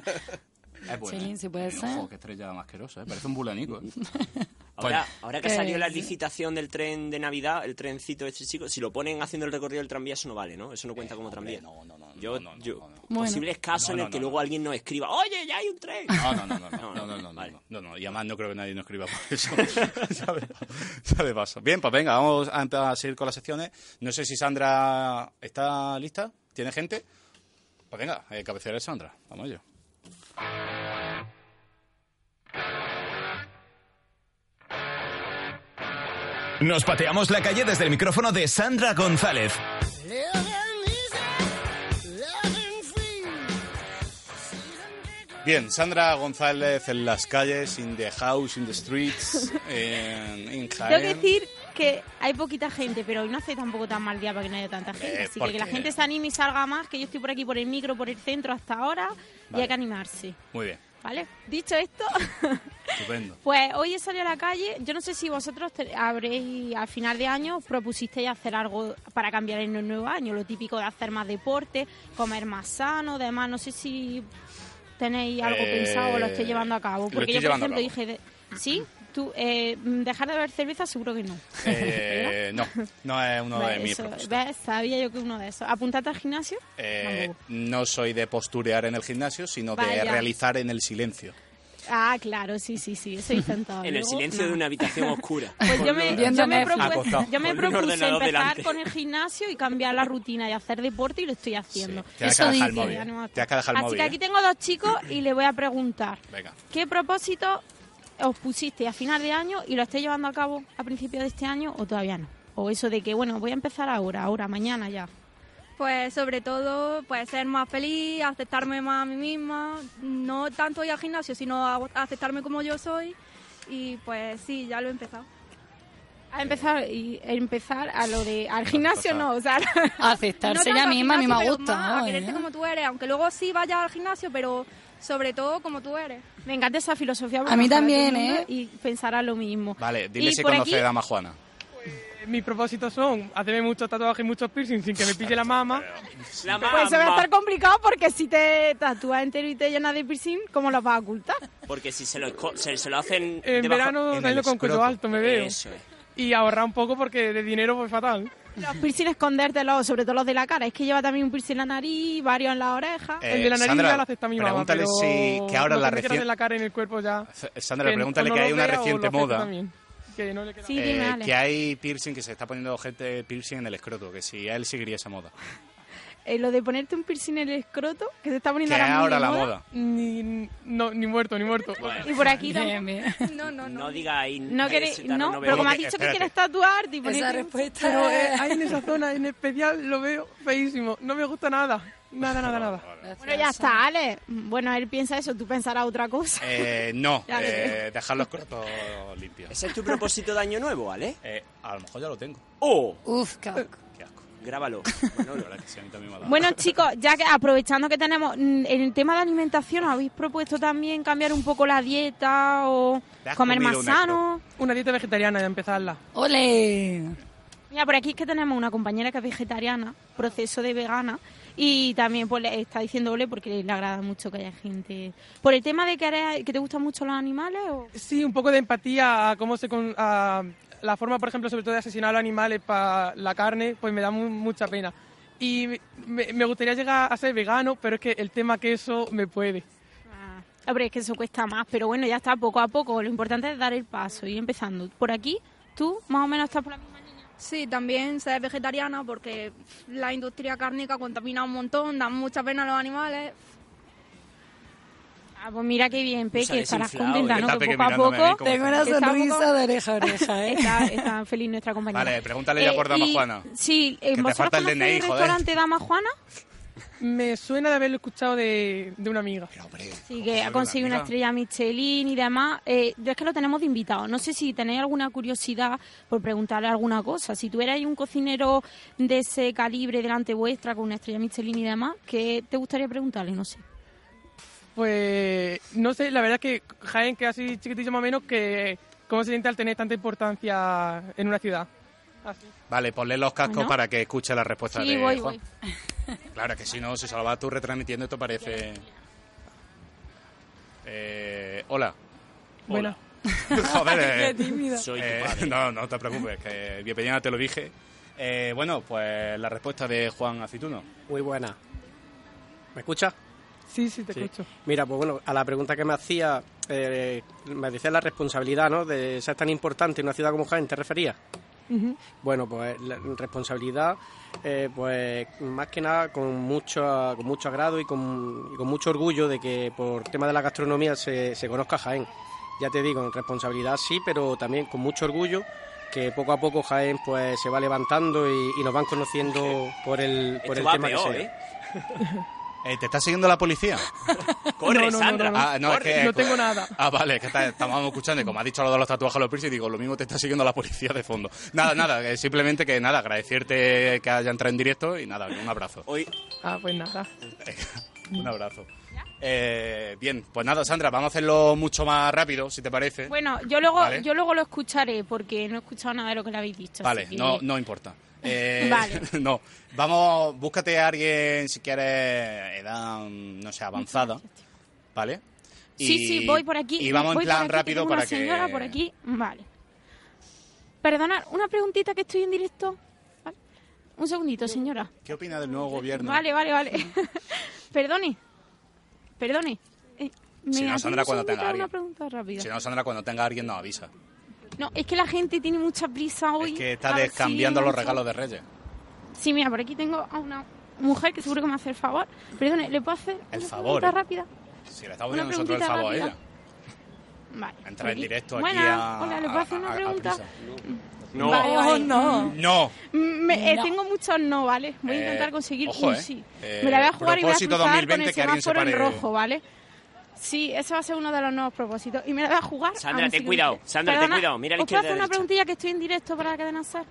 [SPEAKER 6] es buena. Eh,
[SPEAKER 8] Chelín, si puede
[SPEAKER 6] Ojo,
[SPEAKER 8] ser.
[SPEAKER 6] qué estrella más asquerosa, ¿eh? Parece un bulanico, ¿eh?
[SPEAKER 7] Ahora,
[SPEAKER 6] Pues-
[SPEAKER 7] ahora que
[SPEAKER 8] ¿Qué?
[SPEAKER 7] salió la licitación del tren de Navidad, el trencito de este chico, si lo ponen haciendo el recorrido del tranvía, eso no vale, ¿no? Eso no cuenta como tranvía.
[SPEAKER 6] Eh, no, no, no,
[SPEAKER 7] Yo,
[SPEAKER 6] no, no,
[SPEAKER 7] yo-
[SPEAKER 6] no, no.
[SPEAKER 8] Bueno.
[SPEAKER 7] posibles casos
[SPEAKER 6] No, no,
[SPEAKER 7] en el que
[SPEAKER 6] no,
[SPEAKER 7] luego
[SPEAKER 6] no.
[SPEAKER 7] alguien nos escriba, oye, ya hay un tren.
[SPEAKER 6] No, Ah, no, no, no, no,
[SPEAKER 7] No, no,
[SPEAKER 6] no, no, no,
[SPEAKER 7] vale.
[SPEAKER 6] no, no, no, y además no creo que nadie nos escriba por eso. ya, de, ya de paso. Bien, pues venga, vamos a empezar a seguir con las secciones. No sé si Sandra está lista, tiene gente. Pues venga, eh, cabecera de Sandra, vamos yo.
[SPEAKER 2] Nos pateamos la calle desde el micrófono de Sandra González.
[SPEAKER 6] Bien, Sandra González en las calles, in the house, in the streets, en in
[SPEAKER 9] Tengo que
[SPEAKER 6] Jaén.
[SPEAKER 9] decir que hay poquita gente, pero hoy no hace tampoco tan mal día para que no haya tanta gente.
[SPEAKER 6] Eh,
[SPEAKER 9] Así
[SPEAKER 6] ¿por
[SPEAKER 9] que que la
[SPEAKER 6] qué?
[SPEAKER 9] gente se anime y salga más, que yo estoy por aquí por el micro, por el centro hasta ahora, y hay que animarse.
[SPEAKER 6] Muy bien,
[SPEAKER 9] ¿Vale? Dicho esto,
[SPEAKER 6] estupendo.
[SPEAKER 9] pues hoy he salido a la calle. Yo no sé si vosotros te- habréis, al final de año, os propusisteis hacer algo para cambiar en el nuevo año. Lo típico de hacer más deporte, comer más sano, demás. No sé si tenéis algo
[SPEAKER 6] Eh,
[SPEAKER 9] pensado o lo estoy llevando a
[SPEAKER 6] lo
[SPEAKER 9] cabo. Porque
[SPEAKER 6] estoy
[SPEAKER 9] yo, por
[SPEAKER 6] llevando a
[SPEAKER 9] ejemplo,
[SPEAKER 6] cabo.
[SPEAKER 9] dije, de- ¿sí? Tú, eh, dejar de beber cerveza seguro que no.
[SPEAKER 6] Eh, no, no es uno de
[SPEAKER 9] Ve,
[SPEAKER 6] mis
[SPEAKER 9] eso,
[SPEAKER 6] propuestas.
[SPEAKER 9] ¿ves? Sabía yo que uno de esos. ¿Apuntate al gimnasio?
[SPEAKER 6] Eh,
[SPEAKER 9] Vamos.
[SPEAKER 6] no soy de posturear en el gimnasio, sino de
[SPEAKER 9] Vaya.
[SPEAKER 6] realizar en el silencio.
[SPEAKER 9] Ah, claro, sí, sí, sí, eso he intentado.
[SPEAKER 7] En el
[SPEAKER 9] Luego,
[SPEAKER 7] silencio
[SPEAKER 9] no.
[SPEAKER 7] de una habitación oscura.
[SPEAKER 9] Pues yo me,
[SPEAKER 8] Viendo
[SPEAKER 9] yo me
[SPEAKER 8] Netflix.
[SPEAKER 9] propuse,
[SPEAKER 6] Acostado.
[SPEAKER 9] yo
[SPEAKER 7] Con
[SPEAKER 9] me
[SPEAKER 7] un
[SPEAKER 9] propuse
[SPEAKER 7] ordenador
[SPEAKER 9] empezar
[SPEAKER 7] delante.
[SPEAKER 9] con el gimnasio y cambiar la rutina y hacer deporte y lo estoy haciendo.
[SPEAKER 6] Sí, tienes
[SPEAKER 8] Eso
[SPEAKER 6] que dejar el
[SPEAKER 8] dice.
[SPEAKER 6] móvil.
[SPEAKER 9] Ya no me acuerdo.
[SPEAKER 6] Tienes que dejar el
[SPEAKER 9] Así
[SPEAKER 6] móvil.
[SPEAKER 9] que
[SPEAKER 6] ¿eh?
[SPEAKER 9] aquí tengo dos chicos y le voy a preguntar,
[SPEAKER 6] Venga.
[SPEAKER 9] ¿qué propósito os pusisteis a final de año y lo estáis llevando a cabo a principio de este año o todavía no? O eso de que, bueno, voy a empezar ahora, ahora, mañana ya.
[SPEAKER 10] Pues sobre todo, pues ser más feliz, aceptarme más a mí misma, no tanto ir al gimnasio, sino a- aceptarme como yo soy. Y pues sí, ya lo he empezado.
[SPEAKER 9] A empezar y empezar a lo de al gimnasio no, o sea,
[SPEAKER 10] No
[SPEAKER 8] Aceptarse
[SPEAKER 10] tanto
[SPEAKER 8] ella
[SPEAKER 10] al
[SPEAKER 8] misma, a mí
[SPEAKER 10] gimnasio, pero
[SPEAKER 8] me gusta.
[SPEAKER 10] más a
[SPEAKER 8] ¿no?
[SPEAKER 10] quererte
[SPEAKER 8] ¿Eh?
[SPEAKER 10] como tú eres, aunque luego sí vayas al gimnasio, pero sobre todo como tú eres.
[SPEAKER 9] me encanta esa filosofía. porque
[SPEAKER 8] A mí
[SPEAKER 9] ojalá
[SPEAKER 8] también,
[SPEAKER 9] todo el mundo
[SPEAKER 8] ¿eh?
[SPEAKER 9] Y pensará lo mismo.
[SPEAKER 6] Vale, dile
[SPEAKER 9] Y
[SPEAKER 6] si
[SPEAKER 9] por
[SPEAKER 6] conoce
[SPEAKER 9] aquí-
[SPEAKER 6] a Dama Juana.
[SPEAKER 11] Mis propósitos son hacerme muchos tatuajes y muchos piercings sin que me pille la mama.
[SPEAKER 7] La
[SPEAKER 9] Pues se va a
[SPEAKER 7] mamba.
[SPEAKER 9] estar complicado porque si te tatúas entero y te llenas de piercing, ¿cómo lo vas a ocultar?
[SPEAKER 7] Porque si se lo, esco- se, se lo hacen
[SPEAKER 11] En
[SPEAKER 7] debajo-
[SPEAKER 11] verano
[SPEAKER 6] en
[SPEAKER 11] salgo
[SPEAKER 6] el
[SPEAKER 11] con cuello
[SPEAKER 6] escroto.
[SPEAKER 11] alto, me veo.
[SPEAKER 7] Eso es.
[SPEAKER 11] Y ahorrar un poco porque de dinero fue fatal.
[SPEAKER 9] Los piercing escondértelos, sobre todo los de la cara. Es que lleva también un piercing en la nariz, varios en la oreja.
[SPEAKER 11] el de la nariz
[SPEAKER 6] Eh, Sandra,
[SPEAKER 11] ya lo acepta mi mamá,
[SPEAKER 6] pregúntale
[SPEAKER 11] pero
[SPEAKER 6] si que ahora
[SPEAKER 11] lo
[SPEAKER 6] la
[SPEAKER 11] que me quieran
[SPEAKER 6] recién-
[SPEAKER 11] de la cara y en el cuerpo ya...
[SPEAKER 6] C- Sandra,
[SPEAKER 11] que
[SPEAKER 6] pregúntale
[SPEAKER 11] o no
[SPEAKER 6] que
[SPEAKER 11] lo
[SPEAKER 6] hay una
[SPEAKER 11] vea o
[SPEAKER 6] reciente
[SPEAKER 11] lo acepte
[SPEAKER 6] moda.
[SPEAKER 11] también, que no le queda-
[SPEAKER 9] Sí,
[SPEAKER 6] eh,
[SPEAKER 9] dime, Ale.
[SPEAKER 6] que hay piercing que se está poniendo gente piercing en el escroto, que si él seguiría esa moda.
[SPEAKER 9] Eh, lo de ponerte un piercing en el escroto, que se está
[SPEAKER 6] Que es
[SPEAKER 9] poniendo ahora, muy
[SPEAKER 6] ahora
[SPEAKER 9] de
[SPEAKER 6] la
[SPEAKER 9] moda.
[SPEAKER 6] moda.
[SPEAKER 11] Ni, no, ni muerto, ni muerto.
[SPEAKER 9] Y por aquí
[SPEAKER 8] Bien,
[SPEAKER 9] también.
[SPEAKER 8] bien.
[SPEAKER 10] No, no, no.
[SPEAKER 7] No digáis.
[SPEAKER 9] No, queréis,
[SPEAKER 7] receta,
[SPEAKER 9] no,
[SPEAKER 7] veo.
[SPEAKER 9] pero como has
[SPEAKER 6] Eh,
[SPEAKER 9] dicho que
[SPEAKER 6] espérate.
[SPEAKER 9] quieres tatuarte y
[SPEAKER 8] Esa
[SPEAKER 9] ponerte...
[SPEAKER 8] respuesta
[SPEAKER 11] Pero eh,
[SPEAKER 8] es-
[SPEAKER 11] ahí en esa zona en especial lo veo feísimo. No me gusta nada. Nada, nada, nada.
[SPEAKER 9] Bueno, ya está, Ale. Bueno, él piensa eso, tú pensarás otra cosa.
[SPEAKER 6] Eh, no,
[SPEAKER 9] Ya lo
[SPEAKER 6] eh, dejar los escrotos limpios.
[SPEAKER 7] ¿Ese es tu propósito de año nuevo, ¿vale?
[SPEAKER 6] Eh, a lo mejor ya lo tengo.
[SPEAKER 7] ¡Oh!
[SPEAKER 8] Uf, qué asco.
[SPEAKER 6] Qué asco.
[SPEAKER 7] Grábalo.
[SPEAKER 6] No, la verdad es que sí, a mí también me ha dado.
[SPEAKER 9] Bueno, chicos, ya que aprovechando que tenemos mm, en el tema de alimentación, ¿os ¿habéis propuesto también cambiar un poco la dieta o
[SPEAKER 6] ¿Te has
[SPEAKER 9] comer
[SPEAKER 6] comido
[SPEAKER 9] más
[SPEAKER 6] una
[SPEAKER 9] sano?
[SPEAKER 11] Una dieta vegetariana ya empezarla.
[SPEAKER 8] ¡Ole!
[SPEAKER 9] Mira, por aquí es que tenemos una compañera que es vegetariana, proceso de vegana, y también pues le está diciendo ole porque le agrada mucho que haya gente. ¿Por el tema de que, eres- que te gustan mucho los animales o...?
[SPEAKER 11] Sí, un poco de empatía a cómo se... Con, a la forma, por ejemplo, sobre todo de asesinar a los animales para la carne, pues me da mu- mucha pena. Y me, me gustaría llegar a ser vegano, pero es que el tema que eso me puede.
[SPEAKER 9] Ah, hombre, es que eso cuesta más, pero bueno, ya está, poco a poco. Lo importante es dar el paso, y empezando. Por aquí, tú más o menos estás por la misma línea.
[SPEAKER 10] Sí, también ser vegetariana porque la industria cárnica contamina un montón, da mucha pena a los animales.
[SPEAKER 9] Ah, Ah, pues mira qué bien, Peque,
[SPEAKER 7] sales
[SPEAKER 9] estarás
[SPEAKER 7] inflado,
[SPEAKER 9] contenta,
[SPEAKER 6] ¿eh?
[SPEAKER 9] ¿no?
[SPEAKER 6] Está
[SPEAKER 9] Que
[SPEAKER 6] Peque
[SPEAKER 9] poco a
[SPEAKER 6] mirándome ahí
[SPEAKER 9] poco...
[SPEAKER 6] como Tengo una
[SPEAKER 9] que está
[SPEAKER 8] sonrisa
[SPEAKER 9] poco-
[SPEAKER 8] de oreja a oreja, ¿eh?
[SPEAKER 9] Está, está feliz nuestra compañera. Eh,
[SPEAKER 6] Vale, pregúntale ya por Dama
[SPEAKER 9] y-
[SPEAKER 6] Juana.
[SPEAKER 9] Sí,
[SPEAKER 6] Que
[SPEAKER 9] eh,
[SPEAKER 6] te
[SPEAKER 9] ¿vosotros
[SPEAKER 6] falta el
[SPEAKER 9] conocéis
[SPEAKER 6] DNI,
[SPEAKER 9] el
[SPEAKER 6] joder.
[SPEAKER 9] restaurante Dama Juana?
[SPEAKER 11] Me suena de haberlo escuchado de, de una amiga.
[SPEAKER 9] Sí, que ha conseguido una
[SPEAKER 11] amiga.
[SPEAKER 9] estrella Michelin y demás. Eh, yo es que lo tenemos de invitado. No sé si tenéis alguna curiosidad por preguntarle alguna cosa. Si tuvierais un cocinero de ese calibre delante vuestra con una estrella Michelin y demás, ¿qué te gustaría preguntarle? No sé.
[SPEAKER 11] Pues no sé, la verdad es que Jaén, que así chiquitillo más o menos, que cómo se siente al tener tanta importancia en una ciudad. Así.
[SPEAKER 6] Vale, ponle los cascos
[SPEAKER 11] Bueno.
[SPEAKER 6] para que escuche la respuesta de Juan.
[SPEAKER 11] voy.
[SPEAKER 6] Claro, que si no, si se lo vas tú retransmitiendo, esto parece... Eh, hola.
[SPEAKER 11] Bueno.
[SPEAKER 6] Joder, eh,
[SPEAKER 11] Qué tímido.
[SPEAKER 7] Soy
[SPEAKER 6] eh,
[SPEAKER 7] tu padre.
[SPEAKER 6] No, no te preocupes, que bien pequeña te lo dije. Eh, bueno, pues la respuesta de Juan Acituno.
[SPEAKER 5] Muy buena. ¿Me escuchas?
[SPEAKER 11] Sí, sí, te
[SPEAKER 5] Sí.
[SPEAKER 11] escucho.
[SPEAKER 5] Mira, pues bueno, a la pregunta que me hacía, eh, me decía la responsabilidad, ¿no? De ser tan importante en una ciudad como Jaén, ¿te referías?
[SPEAKER 11] Ujú.
[SPEAKER 5] Bueno, pues la responsabilidad, eh, pues más que nada con mucho, con mucho agrado y con, y con mucho orgullo de que por tema de la gastronomía se, se conozca Jaén. Ya te digo, responsabilidad sí, pero también con mucho orgullo que poco a poco Jaén pues se va levantando y, y nos van conociendo por el, por
[SPEAKER 7] Esto
[SPEAKER 5] el
[SPEAKER 7] va
[SPEAKER 5] tema
[SPEAKER 7] peor,
[SPEAKER 5] que sea.
[SPEAKER 7] ¿eh?
[SPEAKER 6] Eh, ¿Te está siguiendo la policía?
[SPEAKER 7] ¿eh? Corre,
[SPEAKER 11] No, no, no,
[SPEAKER 7] Sandra.
[SPEAKER 11] no, no.
[SPEAKER 6] Ah, no, es que-
[SPEAKER 11] No tengo nada.
[SPEAKER 6] Ah, vale, que está- estábamos escuchando y como ha dicho lo de los tatuajes a los piercing, digo, lo mismo te está siguiendo la policía de fondo. Nada, nada, que simplemente que nada, agradecerte que haya entrado en directo y nada, un abrazo.
[SPEAKER 7] Hoy,
[SPEAKER 11] Ah, pues nada.
[SPEAKER 9] Mm.
[SPEAKER 6] Un abrazo. Eh, bien, pues nada, Sandra, vamos a hacerlo mucho más rápido, si te parece.
[SPEAKER 9] Bueno, yo luego,
[SPEAKER 6] Vale.
[SPEAKER 9] yo luego lo escucharé porque no he escuchado nada de lo que le habéis dicho.
[SPEAKER 6] Vale,
[SPEAKER 9] así que-
[SPEAKER 6] no, no importa. Eh,
[SPEAKER 9] Vale.
[SPEAKER 6] No, vamos, búscate a alguien si quieres edad, mm, no sé, avanzada. ¿Vale?
[SPEAKER 9] Sí, sí, voy por aquí.
[SPEAKER 6] Y vamos
[SPEAKER 9] voy
[SPEAKER 6] en
[SPEAKER 9] por
[SPEAKER 6] plan
[SPEAKER 9] aquí,
[SPEAKER 6] rápido
[SPEAKER 9] tengo
[SPEAKER 6] para
[SPEAKER 9] una señora
[SPEAKER 6] que.
[SPEAKER 9] por aquí, vale. Perdonad, una preguntita que estoy en directo. Vale. Un segundito, señora.
[SPEAKER 6] ¿Qué opina del nuevo gobierno?
[SPEAKER 9] Vale, vale, vale. Perdone. Perdone. Eh, ¿me
[SPEAKER 6] Si no,
[SPEAKER 9] hacéis
[SPEAKER 6] Sandra,
[SPEAKER 9] un
[SPEAKER 6] cuando tenga alguien.
[SPEAKER 9] segundito una pregunta rápida?
[SPEAKER 6] Si no, Sandra, cuando tenga alguien nos avisa.
[SPEAKER 9] No, es que la gente tiene mucha prisa hoy.
[SPEAKER 6] Que está
[SPEAKER 9] A ver si
[SPEAKER 6] descambiando los
[SPEAKER 9] engancho.
[SPEAKER 6] regalos de Reyes.
[SPEAKER 9] Sí, mira, por aquí tengo a una mujer que seguro que me hace el favor. Perdone, ¿le puedo hacer
[SPEAKER 6] El
[SPEAKER 9] una
[SPEAKER 6] favor,
[SPEAKER 9] pregunta
[SPEAKER 6] eh.
[SPEAKER 9] rápida?
[SPEAKER 6] Si le estamos
[SPEAKER 9] Una
[SPEAKER 6] viendo nosotros el
[SPEAKER 9] preguntita
[SPEAKER 6] favor a
[SPEAKER 9] rápida.
[SPEAKER 6] ella.
[SPEAKER 9] Vale.
[SPEAKER 6] Entra en
[SPEAKER 9] aquí.
[SPEAKER 6] directo aquí
[SPEAKER 9] Buenas,
[SPEAKER 6] a.
[SPEAKER 9] Hola, ¿le puedo
[SPEAKER 6] a-
[SPEAKER 9] hacer una
[SPEAKER 6] a- a
[SPEAKER 9] pregunta?
[SPEAKER 6] prisa.
[SPEAKER 7] No.
[SPEAKER 9] Vale,
[SPEAKER 8] Oh,
[SPEAKER 9] vale.
[SPEAKER 8] no.
[SPEAKER 6] No.
[SPEAKER 9] Me- eh,
[SPEAKER 8] No.
[SPEAKER 9] tengo muchos no, ¿vale? Voy a
[SPEAKER 6] Eh,
[SPEAKER 9] intentar conseguir
[SPEAKER 6] ojo,
[SPEAKER 9] un
[SPEAKER 6] eh.
[SPEAKER 9] sí.
[SPEAKER 6] Eh,
[SPEAKER 9] Me la voy a jugar y voy a
[SPEAKER 6] propósito
[SPEAKER 9] cruzar con
[SPEAKER 6] 2020
[SPEAKER 9] el
[SPEAKER 6] que alguien se
[SPEAKER 9] semáforo en
[SPEAKER 6] pare.
[SPEAKER 9] rojo, ¿vale? Sí, ese va a ser uno de los nuevos propósitos. Y me la voy a jugar.
[SPEAKER 7] Sandra,
[SPEAKER 9] aún
[SPEAKER 7] ten
[SPEAKER 9] si lo
[SPEAKER 7] cuidado.
[SPEAKER 9] quieres.
[SPEAKER 7] Sandra, ten
[SPEAKER 9] Perdona,
[SPEAKER 7] cuidado. Mira a la
[SPEAKER 9] ¿os puedo
[SPEAKER 7] izquierda y a
[SPEAKER 9] hacer
[SPEAKER 7] la
[SPEAKER 9] una
[SPEAKER 7] derecha.
[SPEAKER 9] preguntilla que estoy en directo para la cadena SER?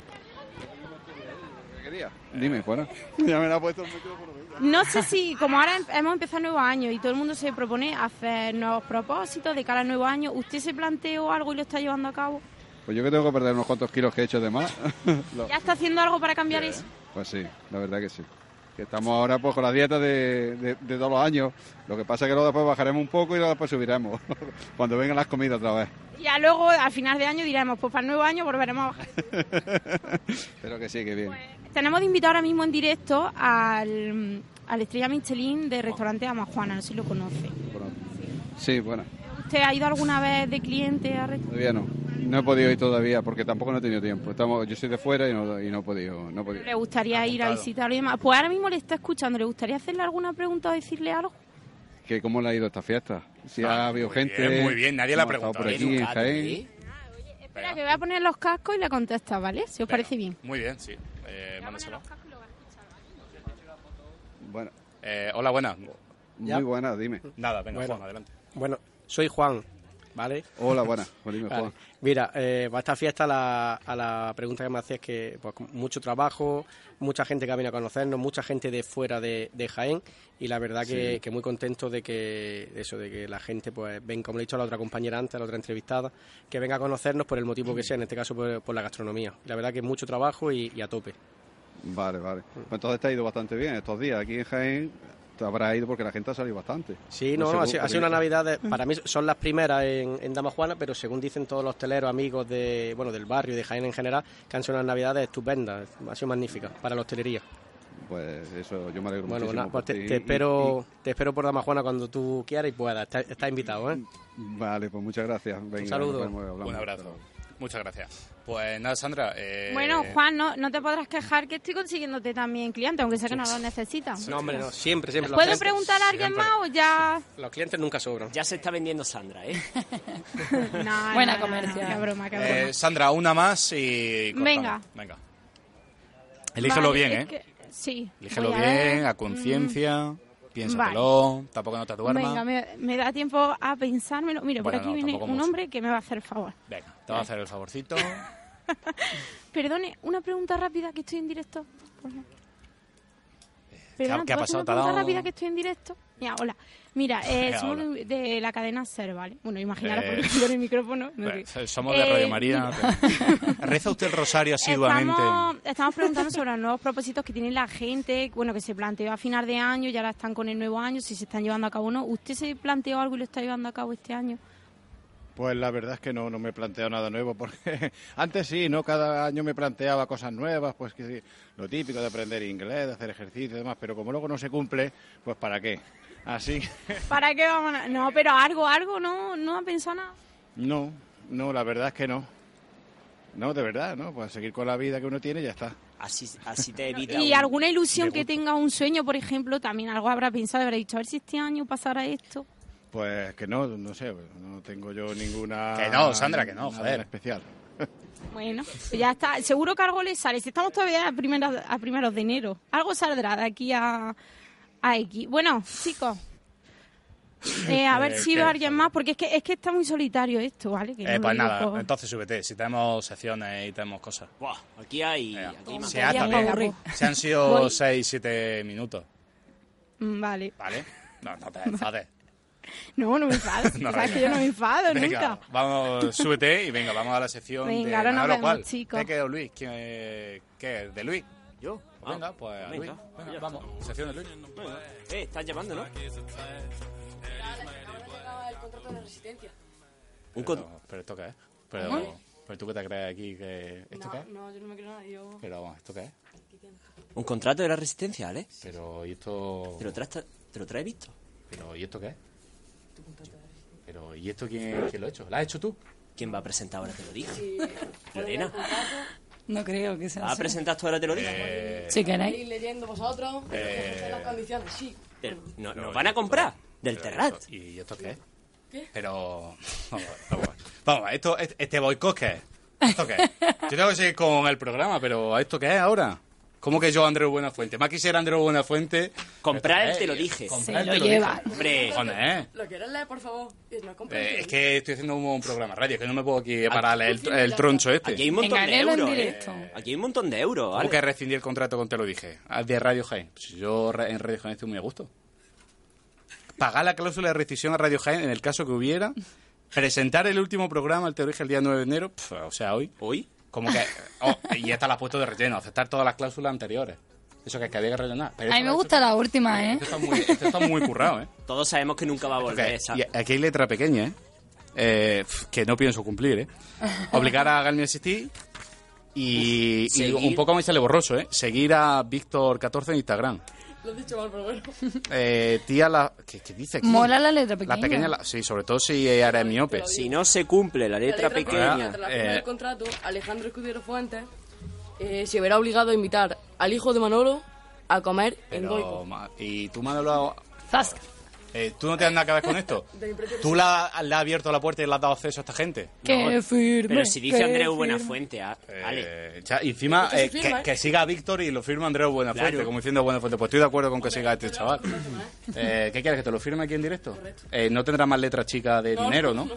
[SPEAKER 12] Dime, Juana. Ya me la ha puesto el micrófono.
[SPEAKER 9] No sé si, como ahora em- hemos empezado nuevo año y todo el mundo se propone hacer nuevos propósitos de cara al nuevo año, ¿usted se planteó algo y lo está llevando a cabo?
[SPEAKER 12] Pues yo que tengo que perder unos cuantos kilos que he hecho de más. Lo-
[SPEAKER 9] ¿Ya está haciendo algo para cambiar eso?
[SPEAKER 12] Pues sí, la verdad que sí. Que estamos ahora pues con la dieta de, de- de todos los años. Lo que pasa es que luego después bajaremos un poco y luego después subiremos. Cuando vengan las comidas otra vez.
[SPEAKER 9] Ya luego, al final de año, diremos, pues para el nuevo año volveremos a bajar. Pues,
[SPEAKER 12] Pero que sí, que bien.
[SPEAKER 9] Tenemos de invitado ahora mismo en directo al, al estrella Michelin de restaurante Amajuana, no sé si lo conoce.
[SPEAKER 12] Bueno, sí, bueno.
[SPEAKER 9] ¿Usted ha ido alguna vez de cliente a restaurante?
[SPEAKER 12] Todavía no. No he podido ir todavía porque tampoco no he tenido tiempo. Estamos, yo soy de fuera y no, y no he podido. No he podido.
[SPEAKER 9] ¿Le gustaría ir a
[SPEAKER 12] Apuntado.
[SPEAKER 9] visitar y demás? Pues ahora mismo le está escuchando, ¿le gustaría hacerle alguna pregunta o decirle algo?
[SPEAKER 12] que cómo le ha ido esta fiesta. Si ha habido
[SPEAKER 6] Ah, muy
[SPEAKER 12] gente.
[SPEAKER 6] bien, muy bien, nadie la ha
[SPEAKER 12] hemos estado
[SPEAKER 6] preguntado. ¿eh?
[SPEAKER 12] Por aquí, en
[SPEAKER 6] Educate,
[SPEAKER 12] Jaén.
[SPEAKER 9] Espera, que voy a poner los cascos y le contesta, ¿vale? Si os parece bien.
[SPEAKER 6] Muy bien, sí. Eh, mándaselo.
[SPEAKER 12] Bueno.
[SPEAKER 6] Eh, hola, buenas.
[SPEAKER 12] Muy buena, dime.
[SPEAKER 6] Nada, venga,
[SPEAKER 5] Bueno.
[SPEAKER 6] Juan, adelante.
[SPEAKER 5] Bueno, soy Juan, ¿vale?
[SPEAKER 12] Hola, buenas. Pues dime,
[SPEAKER 5] Vale.
[SPEAKER 12] Juan.
[SPEAKER 5] Mira, eh, para esta fiesta la, a la pregunta que me hacías que pues, con mucho trabajo, mucha gente que viene a conocernos, mucha gente de fuera de, de Jaén y la verdad que,
[SPEAKER 12] Sí.
[SPEAKER 5] que muy contento de que de eso de que la gente pues ven como le he dicho a la otra compañera antes, a la otra entrevistada, que venga a conocernos por el motivo que sea, en este caso por, por la gastronomía. La verdad que mucho trabajo y, y a tope.
[SPEAKER 12] Vale,
[SPEAKER 5] Mm.
[SPEAKER 12] vale. Pues entonces te ha ido bastante bien estos días. Aquí en Jaén te habrás ido porque la gente ha salido bastante.
[SPEAKER 7] Pues
[SPEAKER 5] Sí, no,
[SPEAKER 12] sé
[SPEAKER 5] no, ha
[SPEAKER 12] cómo-
[SPEAKER 5] sido, ha sido una Navidad, de-
[SPEAKER 9] Mm.
[SPEAKER 5] para mí son las primeras en, en Dama Juana, pero según dicen todos los hosteleros, amigos de, bueno, del barrio y de Jaén en general, que han sido unas Navidades estupendas, ha sido magnífica para la hostelería.
[SPEAKER 12] Pues eso, yo me alegro
[SPEAKER 5] Bueno,
[SPEAKER 12] muchísimo.
[SPEAKER 5] nada,
[SPEAKER 12] por
[SPEAKER 5] pues te,
[SPEAKER 12] ti.
[SPEAKER 5] te
[SPEAKER 12] Y-
[SPEAKER 5] espero, te espero por Dama Juana cuando tú quieras y puedas, estás está invitado, ¿eh?
[SPEAKER 12] y- vale, pues muchas gracias. Venga,
[SPEAKER 5] saludo.
[SPEAKER 12] nos vemos, hablamos.
[SPEAKER 6] Un abrazo. Muchas gracias. Pues nada, Sandra. eh,
[SPEAKER 9] Bueno, Juan, no, no te podrás quejar que estoy consiguiéndote también clientes, aunque sé que no lo necesitas.
[SPEAKER 5] No, hombre, no, siempre, siempre. los
[SPEAKER 9] ¿Puedo
[SPEAKER 5] clientes-
[SPEAKER 9] preguntar a alguien
[SPEAKER 5] siempre.
[SPEAKER 9] más o ya...?
[SPEAKER 5] Los clientes nunca sobran.
[SPEAKER 7] Ya se está vendiendo Sandra, ¿eh?
[SPEAKER 9] No,
[SPEAKER 8] Buena
[SPEAKER 9] no, no, no,
[SPEAKER 8] comercial.
[SPEAKER 9] qué broma, qué broma.
[SPEAKER 6] eh, Sandra, una más y. cortamos.
[SPEAKER 9] Venga.
[SPEAKER 6] Venga. Elígelo
[SPEAKER 9] Vale,
[SPEAKER 6] bien,
[SPEAKER 9] es
[SPEAKER 6] ¿eh?
[SPEAKER 9] que- sí.
[SPEAKER 6] Elígelo
[SPEAKER 9] voy a ver.
[SPEAKER 6] bien, a conciencia. Piénsatelo. Tampoco no te
[SPEAKER 9] Mm,
[SPEAKER 6] duermas.
[SPEAKER 9] Venga, me, me da tiempo a pensármelo. Mira,
[SPEAKER 6] Bueno,
[SPEAKER 9] por aquí
[SPEAKER 6] no,
[SPEAKER 9] viene
[SPEAKER 6] tampoco
[SPEAKER 9] un
[SPEAKER 6] mucho.
[SPEAKER 9] hombre que me va a hacer favor.
[SPEAKER 6] Venga, te voy a hacer el favorcito.
[SPEAKER 9] Perdone, una pregunta rápida que estoy en directo. Por favor. Perdona,
[SPEAKER 6] qué ha pasado? ¿Te
[SPEAKER 9] ¿puedo hacer Una
[SPEAKER 6] ha
[SPEAKER 9] pregunta
[SPEAKER 6] dado-
[SPEAKER 9] rápida que estoy en directo. Mira, hola. Mira, eh,
[SPEAKER 6] Venga,
[SPEAKER 9] somos de, de la cadena Ser, ¿vale? Bueno, imaginarás
[SPEAKER 6] Eh,
[SPEAKER 9] porque estoy con el micrófono. no
[SPEAKER 6] Bueno,
[SPEAKER 9] sé.
[SPEAKER 6] Somos de
[SPEAKER 9] Eh,
[SPEAKER 6] Radio María.
[SPEAKER 9] mira.
[SPEAKER 6] pero- Reza usted el rosario asiduamente.
[SPEAKER 9] Estamos, estamos preguntando sobre los nuevos propósitos que tiene la gente, bueno, que se planteó a final de año, ya ahora están con el nuevo año, si se están llevando a cabo o no. ¿Usted se planteó algo y lo está llevando a cabo este año?
[SPEAKER 13] Pues la verdad es que no, no me he planteado nada nuevo, porque
[SPEAKER 12] ah,
[SPEAKER 13] antes sí, ¿no? Cada año me planteaba cosas nuevas, pues que sí, lo típico de aprender inglés, de hacer ejercicio y demás, pero como luego no se cumple, pues ¿para qué? Así,
[SPEAKER 9] ¿Para qué vamos a...? No, pero algo, algo, no, no ha pensado nada.
[SPEAKER 13] no, no, la verdad es que no. No, de verdad, ¿no? Pues seguir con la vida que uno tiene y ya está.
[SPEAKER 7] Así, así te
[SPEAKER 9] Y alguna ilusión que tenga un sueño, por ejemplo, también algo habrá pensado, habrá dicho, a ver si este año pasará esto.
[SPEAKER 13] Pues que no, no sé, no tengo yo ninguna...
[SPEAKER 6] Que no, Sandra, que no,
[SPEAKER 13] nada
[SPEAKER 6] joder.
[SPEAKER 13] en especial.
[SPEAKER 9] Bueno, pues ya está. Seguro que algo le sale. Si estamos todavía a, primeros- a primeros de enero, algo saldrá de aquí a, a X. Bueno, chicos. eh, a ver
[SPEAKER 6] Eh,
[SPEAKER 9] si
[SPEAKER 6] ¿qué?
[SPEAKER 9] veo a alguien más, porque es que, es que está muy solitario esto, ¿vale? Que no
[SPEAKER 6] Eh,
[SPEAKER 9] lo
[SPEAKER 6] pues
[SPEAKER 9] digo
[SPEAKER 6] nada,
[SPEAKER 9] por-
[SPEAKER 6] entonces súbete. Si tenemos secciones y tenemos cosas.
[SPEAKER 7] Buah, aquí hay.
[SPEAKER 6] Se ata,
[SPEAKER 9] Venga,
[SPEAKER 6] venga.
[SPEAKER 9] pues.
[SPEAKER 6] Se han sido
[SPEAKER 9] Voy.
[SPEAKER 6] 6, 7 minutos.
[SPEAKER 9] Mm, Vale.
[SPEAKER 6] ¿Vale? No, no te enfades.
[SPEAKER 9] No, no me enfades.
[SPEAKER 6] No,
[SPEAKER 9] Sabes que yo
[SPEAKER 6] venga.
[SPEAKER 9] no me enfado
[SPEAKER 6] Venga,
[SPEAKER 9] nunca.
[SPEAKER 6] vamos, súbete y venga, vamos a la sección
[SPEAKER 9] Venga,
[SPEAKER 6] de
[SPEAKER 9] ahora nos
[SPEAKER 6] Manolo
[SPEAKER 9] vemos,
[SPEAKER 6] Cual.
[SPEAKER 9] chicos.
[SPEAKER 6] ¿De qué, Luis? ¿Quién, eh, ¿Qué? ¿De Luis?
[SPEAKER 7] ¿Yo?
[SPEAKER 6] Pues venga, pues a Luis. Venga, vamos. Sección de Luis.
[SPEAKER 7] Eh, estás llamando, ¿no? Un
[SPEAKER 6] pero, pero esto qué es? Pero,
[SPEAKER 14] ¿Cómo?
[SPEAKER 6] pero tú qué te crees aquí que esto qué es?
[SPEAKER 14] No, yo no me creo nada. Yo...
[SPEAKER 6] Pero vamos, esto qué es?
[SPEAKER 7] ¿Un contrato de la resistencia, Alex?
[SPEAKER 6] Pero, ¿y esto...?
[SPEAKER 7] ¿Te lo traes, te lo traes visto?
[SPEAKER 6] Pero, ¿y esto qué es? Pero, ¿y esto quién, quién lo ha hecho? ¿Lo has hecho tú?
[SPEAKER 7] ¿Quién va a presentar ahora? Te lo dije.
[SPEAKER 14] Sí.
[SPEAKER 7] Lorena.
[SPEAKER 8] No creo que
[SPEAKER 6] Ah,
[SPEAKER 8] sea
[SPEAKER 7] ¿Vas a
[SPEAKER 8] así.
[SPEAKER 7] presentar tú ahora? Te lo dije.
[SPEAKER 6] Eh,
[SPEAKER 8] Si queréis.
[SPEAKER 14] Ir leyendo vosotros.
[SPEAKER 7] Eh.
[SPEAKER 14] conocer las condiciones, sí.
[SPEAKER 7] Pero, ¿no- ¿Nos van a comprar? Del Terrat.
[SPEAKER 6] ¿Y esto qué es?
[SPEAKER 14] ¿Qué?
[SPEAKER 6] Pero. Vamos, a ver, vamos, a ver. Vamos, esto, este, este boicot qué es? ¿Esto qué es? Yo tengo que seguir con el programa, pero ¿a ¿esto qué es ahora? ¿Cómo que yo, Andreu Buenafuente? Más quisiera Andreu Buenafuente.
[SPEAKER 7] Comprar el
[SPEAKER 6] ¿Esto qué
[SPEAKER 7] Te
[SPEAKER 6] es?
[SPEAKER 7] lo dije.
[SPEAKER 6] Comprar el Te lo dije. Hombre, joder, ¿eh?
[SPEAKER 14] ¿Lo quieres leer, por favor? Y No
[SPEAKER 6] Eh, es
[SPEAKER 14] compréis.
[SPEAKER 6] que estoy haciendo un, un programa radio, que no me puedo
[SPEAKER 7] Ah,
[SPEAKER 6] aquí parar a leer el, el troncho este.
[SPEAKER 7] Aquí hay un montón de
[SPEAKER 8] Venga, léelo en
[SPEAKER 7] euros. eh.
[SPEAKER 8] directo.
[SPEAKER 7] Aquí hay un montón de euros.
[SPEAKER 6] ¿Cómo
[SPEAKER 7] Alex.
[SPEAKER 6] que rescindí el contrato con Te lo dije? Ah, De Radio Jaén. Pues yo re- en Radio Jaén estoy muy a gusto. Pagar la cláusula de rescisión a Radio Jaén en el caso que hubiera. Presentar el último programa, el Te lo dije, el día 9 de enero. pf, o sea, hoy.
[SPEAKER 7] ¿Hoy?
[SPEAKER 6] Como que... oh, y esta la ha puesto de relleno. Aceptar todas las cláusulas anteriores. Eso que, que había que rellenar. Pero
[SPEAKER 8] A mí
[SPEAKER 6] esto
[SPEAKER 8] me
[SPEAKER 6] lo ha
[SPEAKER 8] gusta la última, ¿eh?
[SPEAKER 6] hecho- esto está muy- esto está muy currado, ¿eh?
[SPEAKER 7] Todos sabemos que nunca va a volver.
[SPEAKER 6] Ok,
[SPEAKER 7] esa-
[SPEAKER 6] y aquí hay letra pequeña, ¿eh? Eh, pf, que no pienso cumplir, ¿eh? Obligar a Galmi a asistir y, y
[SPEAKER 7] Seguir.
[SPEAKER 6] un poco me sale borroso, ¿eh? Seguir a Víctor14 en Instagram.
[SPEAKER 14] Lo he dicho mal, pero bueno.
[SPEAKER 6] Eh, tía, la, ¿qué, qué dice aquí?
[SPEAKER 8] Mola la letra
[SPEAKER 6] La pequeña, la- sí, sobre todo si ella era miope.
[SPEAKER 7] Si no se cumple la
[SPEAKER 14] La
[SPEAKER 7] letra pequeña.
[SPEAKER 14] Tras la firma del contrato, Alejandro Escudero Fuentes eh, se verá obligado a invitar al hijo de Manolo a comer en Goico.
[SPEAKER 6] Pero, ma- y tú, Manolo,
[SPEAKER 8] Zasca.
[SPEAKER 6] eh, ¿tú no te has nada que ver con esto?
[SPEAKER 14] De mi propio-
[SPEAKER 6] ¿Tú la- le has abierto la puerta y le has dado acceso a esta gente?
[SPEAKER 8] Que firme.
[SPEAKER 7] Pero si dice
[SPEAKER 8] que
[SPEAKER 7] Andreu
[SPEAKER 8] firme.
[SPEAKER 7] Buenafuente, ah, a- Ale.
[SPEAKER 6] Eh, ya, y encima
[SPEAKER 7] Esto se
[SPEAKER 6] eh, que-
[SPEAKER 7] firma,
[SPEAKER 6] que,
[SPEAKER 7] ¿eh?
[SPEAKER 6] siga Víctor y lo firma Andreu Buenafuente,
[SPEAKER 7] Claro.
[SPEAKER 6] como diciendo Buenafuente. Pues estoy de acuerdo con que siga este chaval. Eh, ¿Qué quieres? ¿Que te lo firme aquí en directo? Eh, no tendrá más letra chica de dinero, ¿no?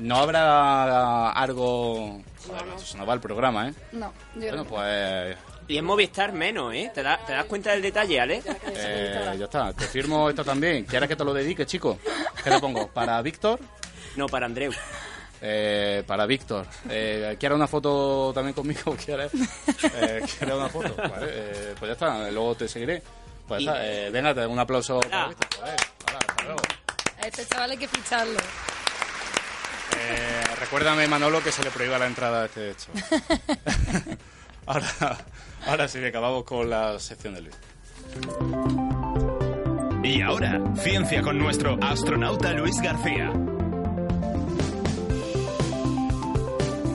[SPEAKER 6] No habrá algo. Joder, macho, se nos va el programa, ¿eh?
[SPEAKER 8] No, yo
[SPEAKER 6] Bueno,
[SPEAKER 8] no.
[SPEAKER 6] pues.
[SPEAKER 7] Y en Movistar menos, ¿eh? ¿Te, da- te das cuenta del detalle, Ale?
[SPEAKER 6] eh, ya está. Te firmo esto también. ¿Quieres que te lo dedique, chico? ¿Qué le pongo? ¿Para Víctor?
[SPEAKER 7] No, para Andreu.
[SPEAKER 6] Eh, para Víctor. Eh, ¿Quieres una foto también conmigo? ¿Quieres, eh, ¿quieres una foto? Vale, eh, pues ya está, luego te seguiré. Pues ya está, eh, venga, te doy un aplauso.
[SPEAKER 7] Ah.
[SPEAKER 6] para Víctor.
[SPEAKER 8] A este chaval hay que ficharlo.
[SPEAKER 6] Eh, recuérdame, Manolo, que se le prohíba la entrada a este hecho. ahora, ahora sí, acabamos con la sección de Luis.
[SPEAKER 2] Y ahora, ciencia con nuestro astronauta Luis García.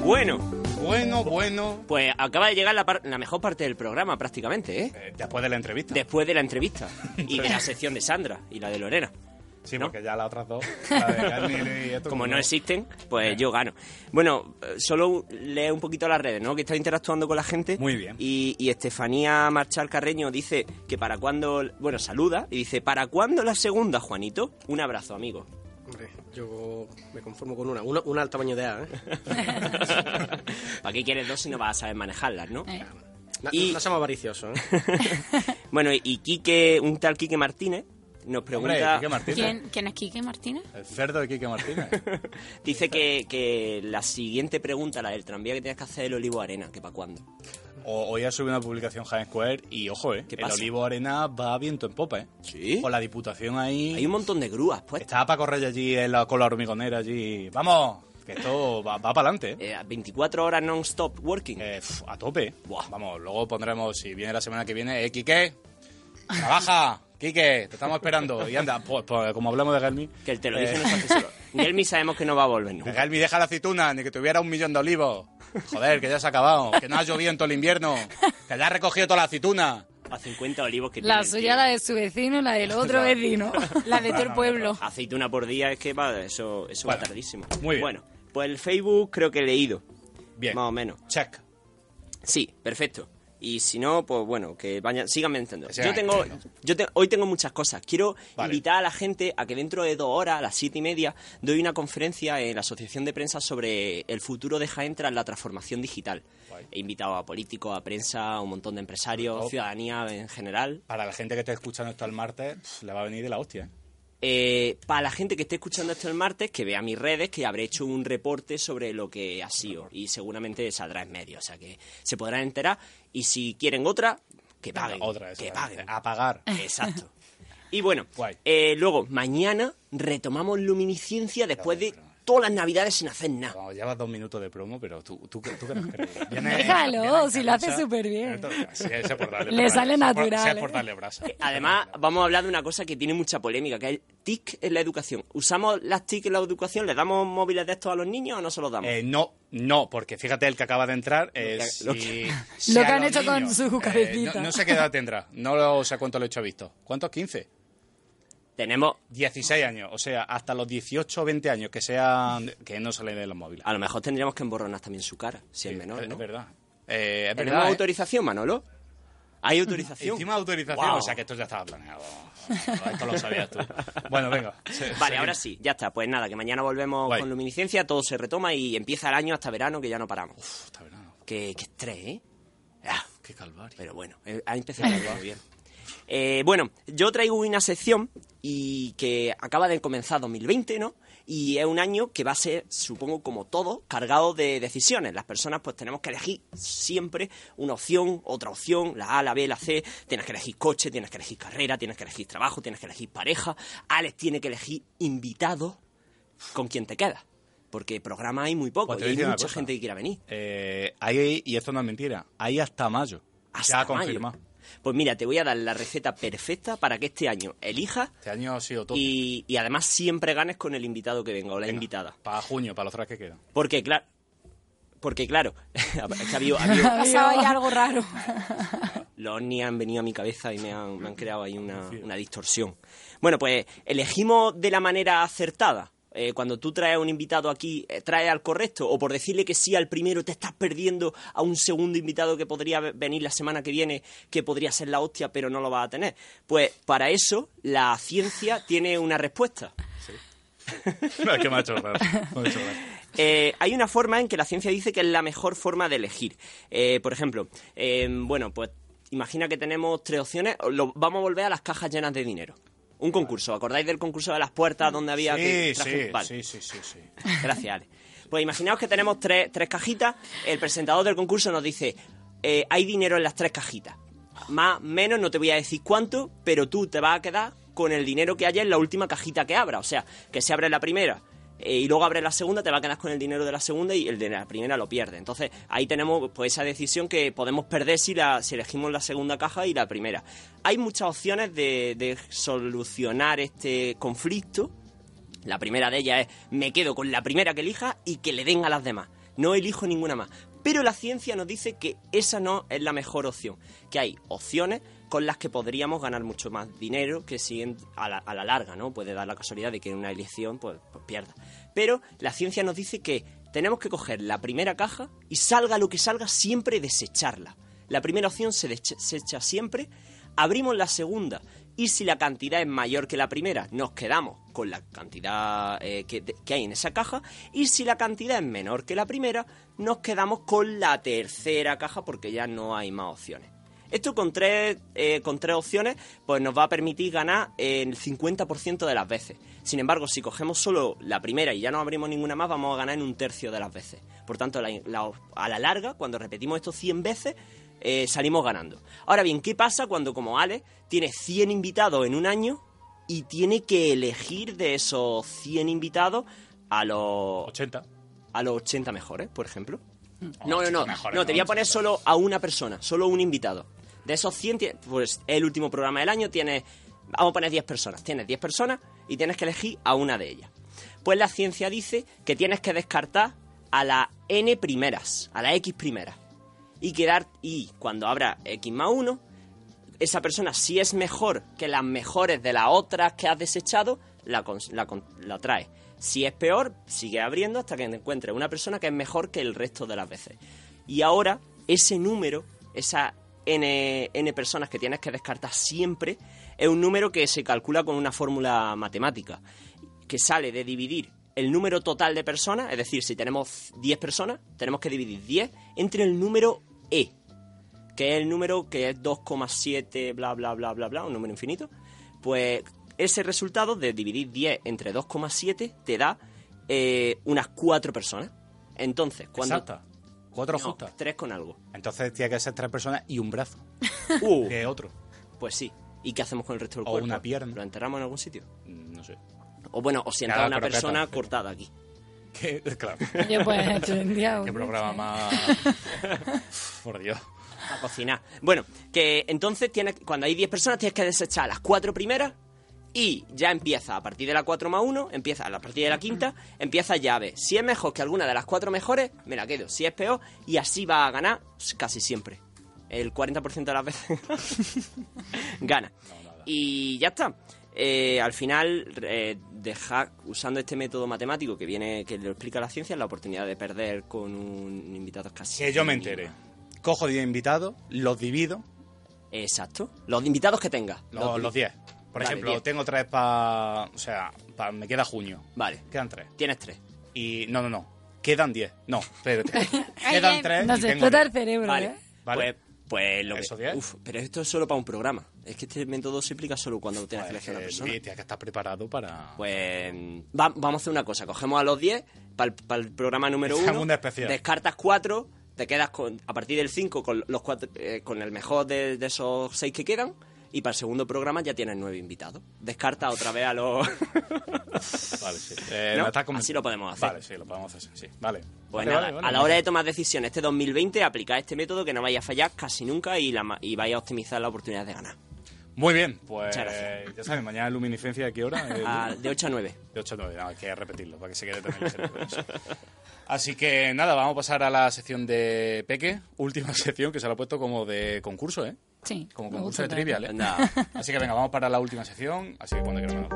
[SPEAKER 7] Bueno.
[SPEAKER 6] Bueno, bueno.
[SPEAKER 7] Pues acaba de llegar la, par- la mejor parte del programa prácticamente, ¿eh?
[SPEAKER 6] Después de la entrevista.
[SPEAKER 7] Después de la entrevista. y de la sección de Sandra y la de Lorena.
[SPEAKER 6] Sí, porque ya las otras dos. la de Carmen y esto,
[SPEAKER 7] Como no existen, pues yo gano. Bueno, eh, solo lee un poquito las redes, ¿no? Que está interactuando con la gente. Muy bien. Y, y Estefanía Marchal Carreño dice que para cuándo... Bueno, saluda y dice, ¿para cuándo la segunda, Juanito? Un abrazo, amigo.
[SPEAKER 5] Hombre, yo me conformo con una. Una, una al tamaño de A, ¿eh?
[SPEAKER 7] ¿Para qué quieres dos si no vas a saber manejarlas, no?
[SPEAKER 5] No,
[SPEAKER 7] Y-
[SPEAKER 5] no somos avariciosos, ¿eh?
[SPEAKER 7] Bueno, y Quique, un tal Quique Martínez nos pregunta...
[SPEAKER 6] Quique Martínez.
[SPEAKER 3] ¿Quién, quién es Quique Martínez?
[SPEAKER 6] El cerdo de Quique Martínez.
[SPEAKER 7] Dice que, que la siguiente pregunta, la del tranvía que tienes que hacer, el Olivo Arena, que para cuándo.
[SPEAKER 6] O- hoy ha subido una publicación Jaén Square y ojo, eh, el
[SPEAKER 7] pasa?
[SPEAKER 6] Olivo Arena va a viento en popa, eh.
[SPEAKER 7] Sí.
[SPEAKER 6] Con la diputación ahí. Hay
[SPEAKER 7] un montón de grúas, pues.
[SPEAKER 6] Estaba para correr allí en la, con la hormigonera allí. Vamos, que esto va, para adelante,
[SPEAKER 7] eh. 24 horas non-stop working.
[SPEAKER 6] Eh. a tope. Vamos, luego pondremos, si viene la semana que viene, eh, Quique, trabaja. Quique, te estamos esperando. Y anda, pues, pues, como hablamos de Gelmi.
[SPEAKER 7] Que el te lo
[SPEAKER 6] Eh.
[SPEAKER 7] dice no se hace solo. Gelmi sabemos que no va a volver nunca.
[SPEAKER 6] Gelmi, deja la aceituna, ni que tuviera un millón de olivos. Joder, que ya se ha acabado. Que no ha llovido en todo el invierno. Que ya has recogido toda la aceituna.
[SPEAKER 7] A 50 olivos que
[SPEAKER 8] La suya, la de su vecino y la del otro vecino. la de todo el pueblo.
[SPEAKER 7] Aceituna por día es que va, eso, eso va tardísimo.
[SPEAKER 6] Muy bien.
[SPEAKER 7] Bueno, pues el Facebook creo que he leído.
[SPEAKER 6] Bien.
[SPEAKER 7] Más o menos.
[SPEAKER 6] Check.
[SPEAKER 7] Sí, perfecto. Y si no, pues bueno, que vayan, síganme entendiendo.
[SPEAKER 6] Sigan
[SPEAKER 7] Yo tengo, yo te- hoy tengo muchas cosas. Quiero
[SPEAKER 6] Vale.
[SPEAKER 7] invitar a la gente a que dentro de dos horas, a las siete y media, doy una conferencia en la Asociación de Prensa sobre el futuro de Jaén tras la transformación digital. He invitado a políticos, a prensa, a un montón de empresarios,
[SPEAKER 6] Top.
[SPEAKER 7] ciudadanía en general.
[SPEAKER 6] Para la gente que esté escuchando esto el martes, pf, le va a venir de la hostia. ¿eh?
[SPEAKER 7] Eh, para la gente que esté escuchando esto el martes, que vea mis redes, que habré hecho un reporte sobre lo que ha sido y seguramente saldrá en medio, o sea que se podrán enterar y si quieren otra, que paguen.
[SPEAKER 6] Otra, eso,
[SPEAKER 7] que
[SPEAKER 6] eh.
[SPEAKER 7] paguen.
[SPEAKER 6] A pagar.
[SPEAKER 7] Exacto. Y bueno, eh, luego, mañana retomamos luminiscencia después de todas las navidades sin hacer nada.
[SPEAKER 6] Vamos, llevas dos minutos de promo, pero tú, tú, tú que nos crees.
[SPEAKER 8] Déjalo, si lo hace
[SPEAKER 6] Carranza.
[SPEAKER 8] súper bien.
[SPEAKER 6] Sí, ese por darle
[SPEAKER 8] Le
[SPEAKER 6] brasa.
[SPEAKER 8] sale
[SPEAKER 6] Ese por-
[SPEAKER 8] natural,
[SPEAKER 6] ese es
[SPEAKER 8] ¿eh?
[SPEAKER 6] por darle brasa.
[SPEAKER 7] Además, vamos a hablar de una cosa que tiene mucha polémica, que es el TIC en la educación. ¿Usamos las TIC en la educación? ¿Le damos móviles de estos a los niños o no se los damos?
[SPEAKER 6] Eh, no, no, porque fíjate el que acaba de entrar. eh, si-
[SPEAKER 7] lo que-
[SPEAKER 6] si
[SPEAKER 8] lo
[SPEAKER 6] a
[SPEAKER 8] que han
[SPEAKER 6] los
[SPEAKER 8] hecho con
[SPEAKER 6] niños,
[SPEAKER 8] su
[SPEAKER 6] eh,
[SPEAKER 8] cabecita.
[SPEAKER 6] no, no sé qué edad tendrá. No lo, sé cuánto lo he hecho visto. ¿Cuántos? ¿15?
[SPEAKER 7] Tenemos
[SPEAKER 6] 16 años. O sea, hasta los 18 o 20 años que sean. que no se le den los móviles.
[SPEAKER 7] A lo mejor tendríamos que emborronar también su cara, si es menor,
[SPEAKER 6] es
[SPEAKER 7] ¿no?
[SPEAKER 6] verdad. Eh, es
[SPEAKER 7] ¿Tenemos
[SPEAKER 6] verdad. ¿eh?
[SPEAKER 7] autorización, Manolo? ¿Hay autorización?
[SPEAKER 6] Encima autorización,
[SPEAKER 7] Guau.
[SPEAKER 6] o sea que esto ya estaba planeado. Esto lo sabías tú. Bueno, venga. se-
[SPEAKER 7] Vale,
[SPEAKER 6] seguimos.
[SPEAKER 7] ahora sí, ya está. Pues nada, que mañana volvemos con luminiscencia, todo se retoma y empieza el año hasta verano, que ya no paramos. Uf, hasta verano. Qué, qué estrés, ¿eh? Ah,
[SPEAKER 6] Qué calvario.
[SPEAKER 7] Pero bueno, eh, ha empezado muy bien. Eh, bueno, yo traigo una sección y que acaba de comenzar 2020, ¿no? Y es un año que va a ser, supongo, como todo, cargado de decisiones. Las personas pues tenemos que elegir siempre una opción, otra opción, la A, la B, la C. Tienes que elegir coche, tienes que elegir carrera, tienes que elegir trabajo, tienes que elegir pareja. Alex tiene que elegir invitado con quien te queda. Porque programa hay muy poco
[SPEAKER 6] Pues te
[SPEAKER 7] y
[SPEAKER 6] voy a
[SPEAKER 7] hay
[SPEAKER 6] decir una
[SPEAKER 7] mucha
[SPEAKER 6] cosa.
[SPEAKER 7] gente que quiera venir.
[SPEAKER 6] Eh, hay, y esto no es mentira, hay hasta mayo.
[SPEAKER 7] Hasta
[SPEAKER 6] ya confirmado.
[SPEAKER 7] mayo. Pues mira, te voy a dar la receta perfecta para que este año elijas
[SPEAKER 6] Este año ha sido todo.
[SPEAKER 7] y, y además siempre ganes con el invitado que venga o la invitada.
[SPEAKER 6] Para junio, para los tres que quedan.
[SPEAKER 7] Porque, claro. Porque, claro, es que ha habido- ha habido-
[SPEAKER 3] Pasaba ya algo raro.
[SPEAKER 7] los ovnis han venido a mi cabeza y me han, me han creado ahí una, una distorsión. Bueno, pues elegimos de la manera acertada. Eh, cuando tú traes a un invitado aquí, eh, traes al correcto, o por decirle que sí al primero, te estás perdiendo a un segundo invitado que podría ve- venir la semana que viene, que podría ser la hostia, pero no lo vas a tener. Pues para eso la ciencia tiene una respuesta.
[SPEAKER 6] No, es que me ha hecho raro. Me ha hecho raro.
[SPEAKER 7] Eh, hay una forma en que la ciencia dice que es la mejor forma de elegir. Eh, por ejemplo, eh, bueno, pues imagina que tenemos tres opciones. Lo- vamos a volver a las cajas llenas de dinero. Un concurso. ¿Acordáis del concurso de las puertas donde había que
[SPEAKER 6] Sí,
[SPEAKER 7] traje-
[SPEAKER 6] sí,
[SPEAKER 7] Vale.
[SPEAKER 6] sí, sí, sí, sí.
[SPEAKER 7] Gracias, Ale. Pues imaginaos que tenemos tres, tres cajitas. El presentador del concurso nos dice, eh, hay dinero en las tres cajitas. Más, menos, no te voy a decir cuánto, pero tú te vas a quedar con el dinero que haya en la última cajita que abra. O sea, que se abre la primera eh, y luego abre la segunda, te vas a quedar con el dinero de la segunda y el de la primera lo pierde. Entonces, ahí tenemos pues, esa decisión que podemos perder si, la, si elegimos la segunda caja y la primera. Hay muchas opciones de- de solucionar este conflicto. La primera de ellas es me quedo con la primera que elija y que le den a las demás. No elijo ninguna más. Pero la ciencia nos dice que esa no es la mejor opción, que hay opciones con las que podríamos ganar mucho más dinero que si en- a, la, a la larga, ¿no? Puede dar la casualidad de que en una elección pues, pues pierda. Pero la ciencia nos dice que tenemos que coger la primera caja y salga lo que salga, siempre desecharla. La primera opción se desecha siempre, abrimos la segunda y si la cantidad es mayor que la primera, nos quedamos con la cantidad eh, que, de- que hay en esa caja y si la cantidad es menor que la primera, nos quedamos con la tercera caja porque ya no hay más opciones. Esto con tres, eh, con tres opciones pues nos va a permitir ganar eh, el 50% de las veces. Sin embargo, si cogemos solo la primera y ya no abrimos ninguna más, vamos a ganar en un tercio de las veces. Por tanto, la- la- a la larga, cuando repetimos esto 100 veces, eh, salimos ganando. Ahora bien, ¿qué pasa cuando como Ale tiene 100 invitados en un año y tiene que elegir de esos 100 invitados a los... 80. A los 80 mejores, por ejemplo. No, no, no. no, te voy a poner solo a una persona, solo un invitado. De esos 100, tie- pues el último programa del año tiene, vamos a poner 10 personas. Tienes 10 personas y tienes que elegir a una de ellas. Pues la ciencia dice que tienes que descartar a la N primeras, a la X primeras. Y quedar, y cuando habrá X más 1, esa persona, si es mejor que las mejores de las otras que has desechado, la, cons- la, con- la trae. Si es peor, sigue abriendo hasta que encuentre una persona que es mejor que el resto de las veces. Y ahora, ese número, esa N, N personas que tienes que descartar siempre, es un número que se calcula con una fórmula matemática, que sale de dividir el número total de personas, es decir, si tenemos 10 personas, tenemos que dividir 10 entre el número E, que es el número que es 2,7 bla bla bla bla bla, un número infinito, pues ese resultado de dividir 10 entre 2,7 te da eh, unas 4 personas. Entonces, cuando...
[SPEAKER 15] Exacta. Cuatro
[SPEAKER 7] No,
[SPEAKER 15] justas.
[SPEAKER 7] Tres con algo.
[SPEAKER 15] Entonces tiene que ser tres personas y un brazo.
[SPEAKER 7] de otro. Pues sí. ¿Y qué hacemos con el resto del
[SPEAKER 15] O
[SPEAKER 7] cuerpo?
[SPEAKER 15] una pierna.
[SPEAKER 7] ¿Lo enterramos en algún sitio?
[SPEAKER 6] Mm,
[SPEAKER 15] No sé.
[SPEAKER 7] O bueno, o sienta
[SPEAKER 15] Nada,
[SPEAKER 7] a una
[SPEAKER 15] croqueta.
[SPEAKER 7] persona cortada aquí.
[SPEAKER 15] Que, claro.
[SPEAKER 8] Oye, pues, tendría
[SPEAKER 15] Qué
[SPEAKER 8] un-
[SPEAKER 15] programa más. Por Dios.
[SPEAKER 7] a cocinar. Bueno, que entonces tienes, cuando hay 10 personas tienes que desechar las cuatro primeras y ya empieza, a partir de la 4 más 1, empieza a la partir de la quinta, empieza llave. Si es mejor que alguna de las cuatro mejores, me la quedo. Si es peor, y así va a ganar casi siempre. El 40% de las veces gana. Y ya está. Eh, al final, eh, deja- usando este método matemático que viene, que lo explica la ciencia, la oportunidad de perder con un invitado es casi.
[SPEAKER 6] Que yo me
[SPEAKER 7] mínima.
[SPEAKER 6] entere. Cojo 10 invitados, los divido.
[SPEAKER 7] Exacto. Los invitados que tenga.
[SPEAKER 6] Los los 10. Por
[SPEAKER 7] Vale,
[SPEAKER 6] ejemplo,
[SPEAKER 7] 10.
[SPEAKER 6] tengo tres para. O sea, pa- me queda junio.
[SPEAKER 7] Vale.
[SPEAKER 6] Quedan tres.
[SPEAKER 7] Tienes tres.
[SPEAKER 6] Y. No, no, no. Quedan 10. No, espérate. quedan tres.
[SPEAKER 8] eh, Nos
[SPEAKER 6] y tengo
[SPEAKER 8] explota
[SPEAKER 6] diez.
[SPEAKER 8] el cerebro,
[SPEAKER 7] Vale.
[SPEAKER 8] ¿eh?
[SPEAKER 6] Vale.
[SPEAKER 7] Pues, pues lo que... Uf, pero esto es solo para un programa. Es que este método se aplica solo cuando tienes que
[SPEAKER 6] Pues,
[SPEAKER 7] elegir a una persona.
[SPEAKER 6] tienes eh, que estar preparado para...
[SPEAKER 7] Pues mm, va- vamos a hacer una cosa. Cogemos a los 10 para el, programa número
[SPEAKER 6] Hacemos
[SPEAKER 7] 1.
[SPEAKER 6] una especial.
[SPEAKER 7] Descartas 4, te quedas con, a partir del 5 con, los cuatro, eh, con el mejor de, de esos 6 que quedan. Y para el segundo programa ya tienes 9 invitados. Descarta otra vez a los...
[SPEAKER 6] Vale, sí. Eh,
[SPEAKER 7] ¿No?
[SPEAKER 6] me estás comen-
[SPEAKER 7] Así lo podemos hacer.
[SPEAKER 6] Vale, sí, lo podemos hacer, sí. Vale.
[SPEAKER 7] Pues
[SPEAKER 6] Vale,
[SPEAKER 7] nada,
[SPEAKER 6] vale, vale,
[SPEAKER 7] a la
[SPEAKER 6] vale.
[SPEAKER 7] hora de tomar decisiones este 2020, aplicad este método que no vais a fallar casi nunca y, la, ma- y vais a optimizar la oportunidad de ganar.
[SPEAKER 6] Muy bien, pues
[SPEAKER 7] Muchas gracias.
[SPEAKER 6] ya sabes, mañana luminiscencia, ¿a qué hora? Eh,
[SPEAKER 7] Ah, de 8 a 9.
[SPEAKER 6] De 8 a 9, no, hay que repetirlo para que se quede también el cerebro en eso. Así que nada, vamos a pasar a la sección de Peque, última sección que se la ha puesto como de concurso, ¿eh?
[SPEAKER 8] Sí.
[SPEAKER 6] Como
[SPEAKER 8] me
[SPEAKER 6] concurso de
[SPEAKER 8] gusta
[SPEAKER 6] trivial, ¿eh?
[SPEAKER 8] tanto.
[SPEAKER 6] Así que venga, vamos para la última sección, así que cuando queramos.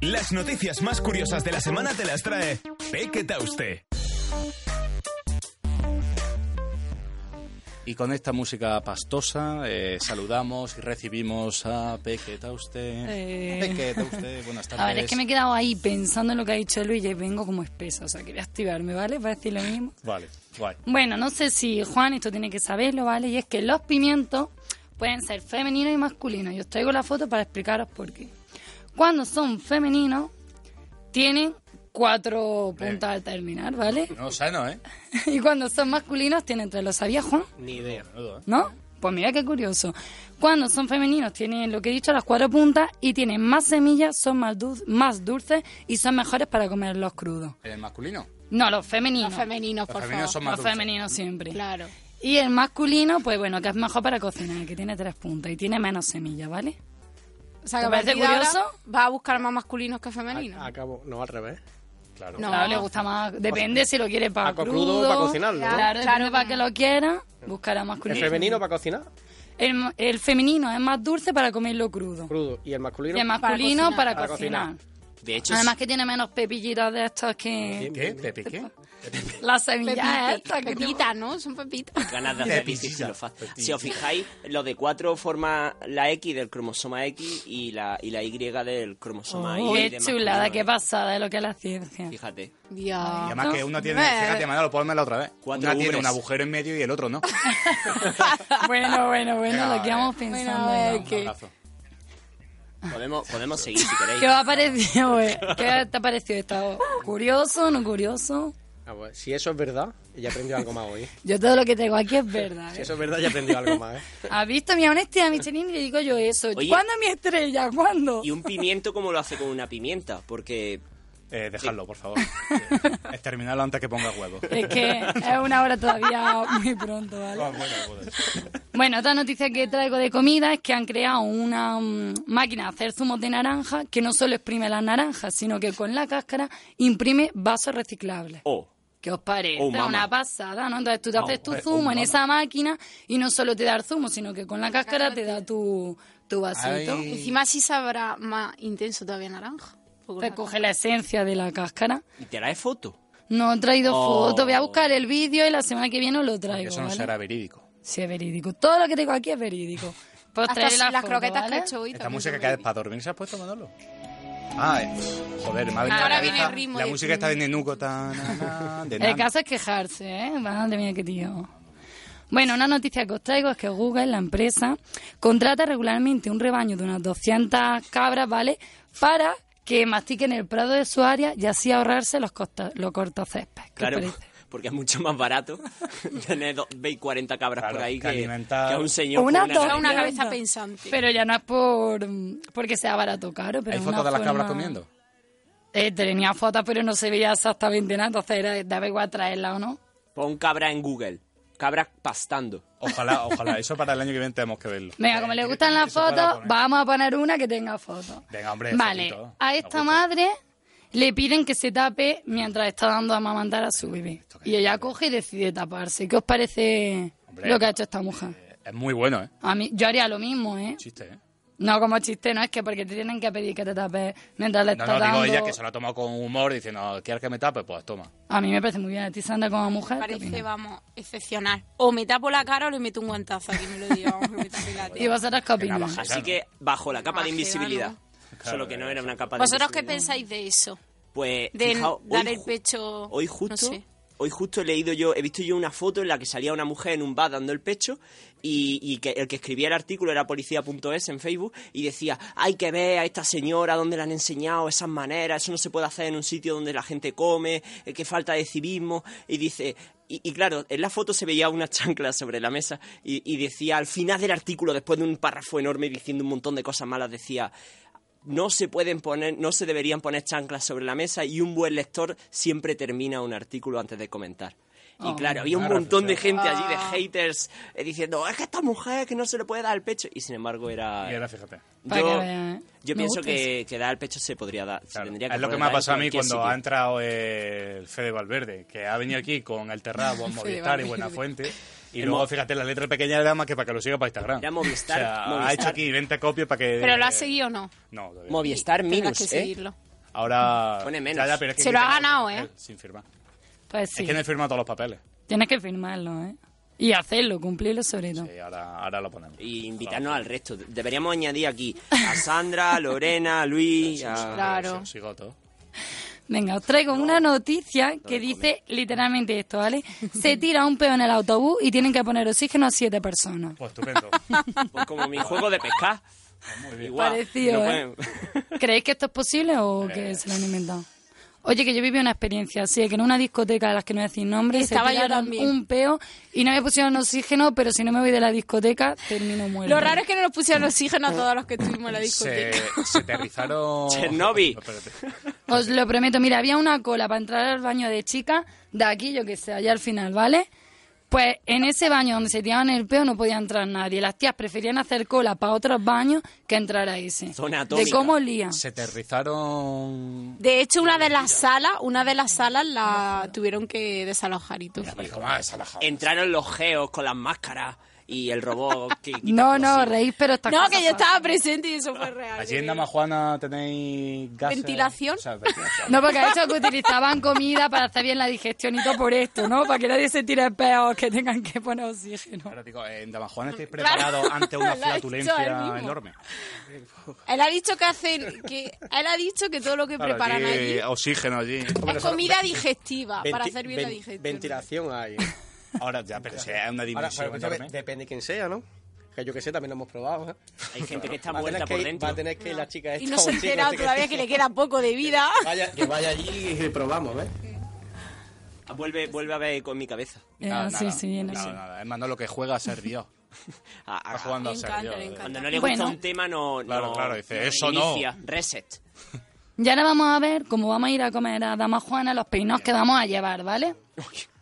[SPEAKER 2] Las noticias más curiosas de la semana te las trae Peque Tauste.
[SPEAKER 6] Y con esta música pastosa eh, saludamos y recibimos a Peque Tauste.
[SPEAKER 8] Eh.
[SPEAKER 6] Peque Tauste, buenas tardes.
[SPEAKER 8] A ver, es que me he quedado ahí pensando en lo que ha dicho Luis y vengo como espesa. O sea, quería activarme, ¿vale? Para decir lo mismo.
[SPEAKER 6] Vale, guay.
[SPEAKER 8] Bueno, no sé si Juan esto tiene que saberlo, ¿vale? Y es que los pimientos pueden ser femeninos y masculinos. Y os traigo la foto para explicaros por qué. Cuando son femeninos, tienen cuatro puntas al terminar, ¿vale?
[SPEAKER 6] No, sano, ¿eh?
[SPEAKER 8] Y cuando son masculinos, tienen tres. ¿Lo sabía Juan?
[SPEAKER 6] Ni idea.
[SPEAKER 8] ¿No? Pues mira qué curioso. Cuando son femeninos tienen lo que he dicho, las cuatro puntas y tienen más semillas, son más, dul- más dulces y son mejores para comerlos crudos.
[SPEAKER 6] ¿El masculino?
[SPEAKER 8] No, los femeninos.
[SPEAKER 3] Los femeninos, por
[SPEAKER 6] Los
[SPEAKER 3] favor.
[SPEAKER 6] femeninos son más
[SPEAKER 8] Los
[SPEAKER 6] dulces.
[SPEAKER 8] femeninos siempre.
[SPEAKER 3] Claro.
[SPEAKER 8] Y el masculino, pues bueno, que es mejor para cocinar, que tiene tres puntas y tiene menos semillas, ¿vale? O
[SPEAKER 3] sea, que a
[SPEAKER 8] ¿Te parece
[SPEAKER 3] partir de ahora
[SPEAKER 8] curioso?
[SPEAKER 3] va a buscar más masculinos que femeninos.
[SPEAKER 7] Ah,
[SPEAKER 5] Acabo, no, al revés.
[SPEAKER 3] No,
[SPEAKER 5] Claro.
[SPEAKER 8] le gusta
[SPEAKER 5] Pues
[SPEAKER 8] más. Depende si lo quiere para
[SPEAKER 5] Paco
[SPEAKER 8] crudo.
[SPEAKER 5] crudo, para cocinarlo, ¿no?
[SPEAKER 8] Claro, claro para que lo quiera, buscará
[SPEAKER 5] El
[SPEAKER 8] masculino.
[SPEAKER 5] femenino para cocinar,
[SPEAKER 8] El, el femenino es más dulce para comerlo crudo.
[SPEAKER 5] crudo. Y el masculino,
[SPEAKER 8] Y el masculino para
[SPEAKER 5] Para
[SPEAKER 8] cocinar.
[SPEAKER 7] De hecho,
[SPEAKER 8] Además que tiene menos pepillitas de estas que...
[SPEAKER 16] ¿Eh,
[SPEAKER 7] ¿Qué? ¿Pepe qué?
[SPEAKER 8] Las semillas
[SPEAKER 3] Pepi-
[SPEAKER 8] estas que...
[SPEAKER 3] Pepitas, ¿no? Son pepitas.
[SPEAKER 7] ganas de hacer difícil lo fácil. Si os fijáis, lo de 4 forma la X del cromosoma X y la, y la Y del cromosoma
[SPEAKER 8] Oh,
[SPEAKER 7] Y.
[SPEAKER 8] qué chulada, qué pasada es lo que es la ciencia.
[SPEAKER 7] Fíjate.
[SPEAKER 8] Dios.
[SPEAKER 6] Y además que uno tiene,
[SPEAKER 8] Eh.
[SPEAKER 6] fíjate, Manolo, ponmela otra vez.
[SPEAKER 7] Cuatro
[SPEAKER 6] una tiene
[SPEAKER 7] ubres.
[SPEAKER 6] un agujero en medio y el otro no.
[SPEAKER 8] Bueno, bueno, bueno, lo
[SPEAKER 6] Venga,
[SPEAKER 8] que vamos pensando.
[SPEAKER 7] Podemos, podemos seguir si queréis.
[SPEAKER 8] ¿Qué os ha parecido, güey? Pues, ¿Qué te ha parecido esto? ¿Curioso, no curioso?
[SPEAKER 5] Ah, pues, si eso es verdad, ya aprendió algo más hoy.
[SPEAKER 8] Yo todo lo que tengo aquí es verdad.
[SPEAKER 5] Si
[SPEAKER 8] ¿eh?
[SPEAKER 5] eso es verdad, ya aprendió algo más. ¿eh?
[SPEAKER 8] ¿Has visto mi honestidad, Michelin? Y le digo yo eso.
[SPEAKER 7] Oye.
[SPEAKER 8] ¿Cuándo mi estrella? ¿Cuándo?
[SPEAKER 7] ¿Y un pimiento cómo lo hace con una pimienta? Porque...
[SPEAKER 6] Eh, dejadlo, por favor. Es terminarlo antes que ponga huevo.
[SPEAKER 8] Es que es una hora todavía muy pronto, ¿vale?
[SPEAKER 6] Ah, bueno, joder.
[SPEAKER 8] Bueno, otra noticia que traigo de comida es que han creado una mm, máquina de hacer zumos de naranja que no solo exprime las naranjas, sino que con la cáscara imprime vasos reciclables.
[SPEAKER 7] Oh.
[SPEAKER 8] ¿Qué os parece?
[SPEAKER 7] Oh, mamá.
[SPEAKER 8] una pasada, ¿no? Entonces tú te
[SPEAKER 7] No,
[SPEAKER 8] haces tu
[SPEAKER 7] eh, oh,
[SPEAKER 8] zumo en
[SPEAKER 7] mamá.
[SPEAKER 8] esa máquina y no solo te da el zumo, sino que con la cáscara te da tu, tu vasito.
[SPEAKER 3] Y Encima sí sabrá más intenso todavía naranja.
[SPEAKER 8] Recoge la esencia de la cáscara.
[SPEAKER 7] ¿Y te la de foto?
[SPEAKER 8] No he traído
[SPEAKER 7] Oh.
[SPEAKER 8] foto, voy a buscar el vídeo y la semana que viene os lo traigo.
[SPEAKER 6] Eso no
[SPEAKER 8] ¿vale?
[SPEAKER 6] será verídico.
[SPEAKER 8] Sí, es verídico. Todo lo que tengo aquí es verídico. Pues
[SPEAKER 3] Hasta
[SPEAKER 8] traeré la
[SPEAKER 3] las
[SPEAKER 8] foto,
[SPEAKER 3] croquetas
[SPEAKER 8] ¿vale?
[SPEAKER 3] que he hecho hoy
[SPEAKER 6] Esta
[SPEAKER 3] también
[SPEAKER 6] música
[SPEAKER 3] son
[SPEAKER 6] que es para dormir se has puesto, Manolo. Ah, es- joder, me ha venido
[SPEAKER 8] Ahora
[SPEAKER 6] a la
[SPEAKER 8] viene
[SPEAKER 6] cabeza
[SPEAKER 8] el ritmo
[SPEAKER 6] La
[SPEAKER 8] del
[SPEAKER 6] música está de Nenuco. ta, na, na, de
[SPEAKER 8] El
[SPEAKER 6] nana.
[SPEAKER 8] caso es quejarse, ¿eh? Madre mía, qué tío. Bueno, una noticia que os traigo es que Google, la empresa, contrata regularmente un rebaño de unas 200 cabras, ¿vale? Para que mastiquen el prado de su área y así ahorrarse los, costa- los cortocéspedes. ¿Qué
[SPEAKER 7] Claro,
[SPEAKER 8] os parece?
[SPEAKER 7] porque es mucho más barato tener do- 20, 40 cabras por ahí
[SPEAKER 6] que
[SPEAKER 7] que,
[SPEAKER 6] alimentar-
[SPEAKER 7] que a un señor
[SPEAKER 8] Una
[SPEAKER 7] con una,
[SPEAKER 8] dos-
[SPEAKER 7] cabeza.
[SPEAKER 3] cabeza pensante.
[SPEAKER 8] Pero ya no es por porque sea barato o caro. Pero
[SPEAKER 6] ¿Hay
[SPEAKER 8] es
[SPEAKER 6] fotos
[SPEAKER 8] una
[SPEAKER 6] de las cabras
[SPEAKER 8] forma-
[SPEAKER 6] comiendo?
[SPEAKER 8] Eh, tenía fotos, pero no se veía exactamente nada, entonces era, daba igual traerla o no.
[SPEAKER 7] Pon cabra en Google. Cabras pastando.
[SPEAKER 6] Ojalá, ojalá. Eso para el año que viene tenemos Eh, que verlo.
[SPEAKER 8] Venga, como le gustan las
[SPEAKER 7] eso para
[SPEAKER 8] fotos,
[SPEAKER 7] poner.
[SPEAKER 8] vamos a poner una que tenga fotos.
[SPEAKER 6] Venga, hombre.
[SPEAKER 8] Vale,
[SPEAKER 6] fotito.
[SPEAKER 8] a esta madre le piden que se tape mientras está dando a amamantar a su bebé. Y ella coge y decide taparse. ¿Qué os parece
[SPEAKER 6] Hombre,
[SPEAKER 8] lo que ha hecho esta mujer?
[SPEAKER 6] Es muy bueno, ¿eh?
[SPEAKER 8] A mí, yo haría lo mismo, ¿eh?
[SPEAKER 6] Chiste, ¿eh?
[SPEAKER 8] No como chiste, no es que porque te tienen que pedir que te tapes mientras le
[SPEAKER 6] No,
[SPEAKER 8] está
[SPEAKER 6] no, digo
[SPEAKER 8] dando.
[SPEAKER 6] ella que se lo ha tomado con humor diciendo, ¿quieres que me tape? Pues toma.
[SPEAKER 8] A mí me parece muy bien. A ti, Sandra, como mujer. ¿qué
[SPEAKER 3] Parece,
[SPEAKER 8] opinas?
[SPEAKER 3] vamos, excepcional. O me tapo la cara o le meto un guantazo aquí, me lo digo. vamos, me tape la tía.
[SPEAKER 8] ¿Y vosotras qué opináis?
[SPEAKER 7] Así que bajo la capa de
[SPEAKER 3] Imagina,
[SPEAKER 7] invisibilidad.
[SPEAKER 6] Claro,
[SPEAKER 7] Solo que pues no era una capa de
[SPEAKER 3] ¿Vosotros qué
[SPEAKER 7] invisibilidad.
[SPEAKER 3] pensáis de eso?
[SPEAKER 7] Pues,
[SPEAKER 3] De
[SPEAKER 7] fijaos, hoy
[SPEAKER 3] dar el
[SPEAKER 7] ju-
[SPEAKER 3] pecho...
[SPEAKER 7] Hoy justo,
[SPEAKER 3] No sé.
[SPEAKER 7] hoy justo he leído yo, he visto yo una foto en la que salía una mujer en un bar dando el pecho y, y que el que escribía el artículo era policía.es en Facebook y decía, hay que ver a esta señora dónde le han enseñado esas maneras, eso no se puede hacer en un sitio donde la gente come, eh, qué falta de civismo y dice... Y, y claro, en la foto se veía una chancla sobre la mesa y, y decía al final del artículo, después de un párrafo enorme diciendo un montón de cosas malas, decía, no se pueden poner, no se deberían poner chanclas sobre la mesa y un buen lector siempre termina un artículo antes de comentar. Y
[SPEAKER 8] Ah,
[SPEAKER 15] Oh,
[SPEAKER 7] claro, había un
[SPEAKER 15] buena
[SPEAKER 7] montón de
[SPEAKER 15] reflexión.
[SPEAKER 7] gente allí, de
[SPEAKER 15] Ah.
[SPEAKER 7] haters, eh, diciendo, es que esta mujer que no se le puede dar el pecho. Y sin embargo era...
[SPEAKER 6] Y ahora fíjate.
[SPEAKER 8] Para que
[SPEAKER 7] Yo,
[SPEAKER 8] vea, ¿eh?
[SPEAKER 7] yo
[SPEAKER 8] Me
[SPEAKER 7] pienso
[SPEAKER 8] gusta eso.
[SPEAKER 7] que, que dar el pecho se podría dar. se tendría que
[SPEAKER 6] Es lo que
[SPEAKER 7] poder
[SPEAKER 6] me ha
[SPEAKER 7] dar en
[SPEAKER 6] pasado a mí
[SPEAKER 7] cualquier
[SPEAKER 6] cuando
[SPEAKER 7] sitio.
[SPEAKER 6] ha entrado el Fede Valverde, que ha venido aquí con el Terrabo,
[SPEAKER 7] Fede
[SPEAKER 6] Movistar y
[SPEAKER 7] Valverde.
[SPEAKER 6] Buenafuente. Y
[SPEAKER 7] El
[SPEAKER 6] luego,
[SPEAKER 7] mo-
[SPEAKER 6] fíjate, la letra pequeña era más que para que lo siga para Instagram.
[SPEAKER 7] Era Movistar,
[SPEAKER 6] O sea, ha
[SPEAKER 7] Movistar.
[SPEAKER 6] hecho aquí 20 copias para que...
[SPEAKER 3] ¿Pero lo has seguido o no?
[SPEAKER 6] No, todavía.
[SPEAKER 7] Movistar
[SPEAKER 3] Tendrás
[SPEAKER 7] Minus,
[SPEAKER 3] que
[SPEAKER 7] ¿eh?
[SPEAKER 3] seguirlo.
[SPEAKER 6] Ahora...
[SPEAKER 7] Pone
[SPEAKER 6] ya,
[SPEAKER 7] menos.
[SPEAKER 6] ya, pero es que
[SPEAKER 3] Se lo ha
[SPEAKER 6] quita-
[SPEAKER 3] ganado, ¿eh?
[SPEAKER 6] Sin firmar.
[SPEAKER 8] Pues sí.
[SPEAKER 6] Es que no he firmado todos los papeles.
[SPEAKER 8] Tienes que firmarlo, ¿eh? Y hacerlo, cumplirlo sobre todo.
[SPEAKER 6] Y ahora, ahora lo ponemos.
[SPEAKER 7] Y invitarnos al resto. Deberíamos añadir aquí a Sandra, a Lorena, a Luis, a...
[SPEAKER 8] Claro.
[SPEAKER 6] Sigo todo.
[SPEAKER 8] Venga, os traigo una noticia que dice literalmente esto, ¿vale? Se tira un peo en el autobús y tienen que poner oxígeno a siete personas.
[SPEAKER 6] Pues estupendo.
[SPEAKER 7] Pues como mi juego de pescar. Igual.
[SPEAKER 8] Parecido,
[SPEAKER 7] no
[SPEAKER 8] ¿eh?
[SPEAKER 7] pueden-
[SPEAKER 8] ¿Creéis que esto es posible o que se lo han inventado? Oye, que yo viví una experiencia así, de que en una discoteca de las que no decís nombres se
[SPEAKER 3] Estaba yo
[SPEAKER 8] tiraron
[SPEAKER 3] también.
[SPEAKER 8] un peo y no me pusieron oxígeno, pero si no me voy de la discoteca termino muerto.
[SPEAKER 3] Lo raro es que no nos pusieron oxígeno a todos los que estuvimos en la
[SPEAKER 6] Se,
[SPEAKER 3] discoteca.
[SPEAKER 6] se te rizaron...
[SPEAKER 7] Chernobyl.
[SPEAKER 6] No, espérate.
[SPEAKER 8] Os lo prometo, mira, había una cola para entrar al baño de chica de aquí, yo que sé, allá al final, ¿vale? Pues en ese baño donde se tiraban el peo no podía entrar nadie. Las tías preferían hacer cola para otros baños que entrar a ese.
[SPEAKER 7] Zona
[SPEAKER 8] de
[SPEAKER 7] atómica.
[SPEAKER 8] cómo olía.
[SPEAKER 6] Se te rizaron.
[SPEAKER 9] De hecho, una de las salas, una de las salas la tuvieron que desalojar y todo.
[SPEAKER 7] Entraron los geos con las máscaras y el robot que quita
[SPEAKER 8] No,
[SPEAKER 7] cosas.
[SPEAKER 8] no, reís, pero está
[SPEAKER 9] No, que yo estaba presente y eso fue real. ¿eh?
[SPEAKER 6] Allí en Damajuana tenéis gas.
[SPEAKER 9] Ventilación.
[SPEAKER 8] No, porque ha hecho que utilizaban comida para hacer bien la digestión y todo por esto, ¿no? Para que nadie se tire peos que tengan que poner oxígeno.
[SPEAKER 6] Ahora digo, en Damajuana estáis
[SPEAKER 9] Claro.
[SPEAKER 6] preparados ante
[SPEAKER 9] Lo
[SPEAKER 6] una
[SPEAKER 9] ha hecho él mismo.
[SPEAKER 6] flatulencia enorme.
[SPEAKER 9] Él ha dicho que hacen, que él ha dicho que todo lo que
[SPEAKER 17] Claro,
[SPEAKER 9] preparan
[SPEAKER 17] aquí,
[SPEAKER 6] eh,
[SPEAKER 9] allí
[SPEAKER 17] Oxígeno allí.
[SPEAKER 9] es comida digestiva para hacer bien la digestión.
[SPEAKER 5] Ventilación hay.
[SPEAKER 6] Ahora ya, pero si es una
[SPEAKER 5] dimensión
[SPEAKER 6] dimensión enorme.
[SPEAKER 5] Depende de quién sea, ¿no? Que yo que sé, también lo hemos probado. ¿eh?
[SPEAKER 7] Hay gente que está
[SPEAKER 5] Va a tener
[SPEAKER 7] muerta
[SPEAKER 5] que
[SPEAKER 7] por
[SPEAKER 5] ir-
[SPEAKER 7] dentro.
[SPEAKER 5] Va a tener que ir la chica esta.
[SPEAKER 9] Y no
[SPEAKER 5] o
[SPEAKER 9] se ha
[SPEAKER 5] el chico
[SPEAKER 9] enterado
[SPEAKER 5] este
[SPEAKER 9] todavía que le queda poco de vida.
[SPEAKER 5] Vaya, que vaya allí y probamos, ¿eh? ¿ves?
[SPEAKER 7] Ah, Vuelve, vuelve a ver con mi cabeza.
[SPEAKER 8] Eh, no, sí, sí, no,
[SPEAKER 6] nada,
[SPEAKER 8] sí.
[SPEAKER 6] nada. Es más, no lo que juega a ser Dios. Está jugando
[SPEAKER 7] Me
[SPEAKER 6] a ser
[SPEAKER 7] encanta,
[SPEAKER 6] Dios.
[SPEAKER 7] me
[SPEAKER 6] eh.
[SPEAKER 7] encanta. Cuando no le gusta Bueno. un tema, no-
[SPEAKER 6] Claro,
[SPEAKER 7] no-
[SPEAKER 6] claro, dice,
[SPEAKER 7] no
[SPEAKER 6] eso
[SPEAKER 7] inicia,
[SPEAKER 6] no.
[SPEAKER 7] Reset.
[SPEAKER 8] Y ahora vamos a ver cómo vamos a ir a comer a Dama Juana los peinados que vamos a llevar, ¿vale?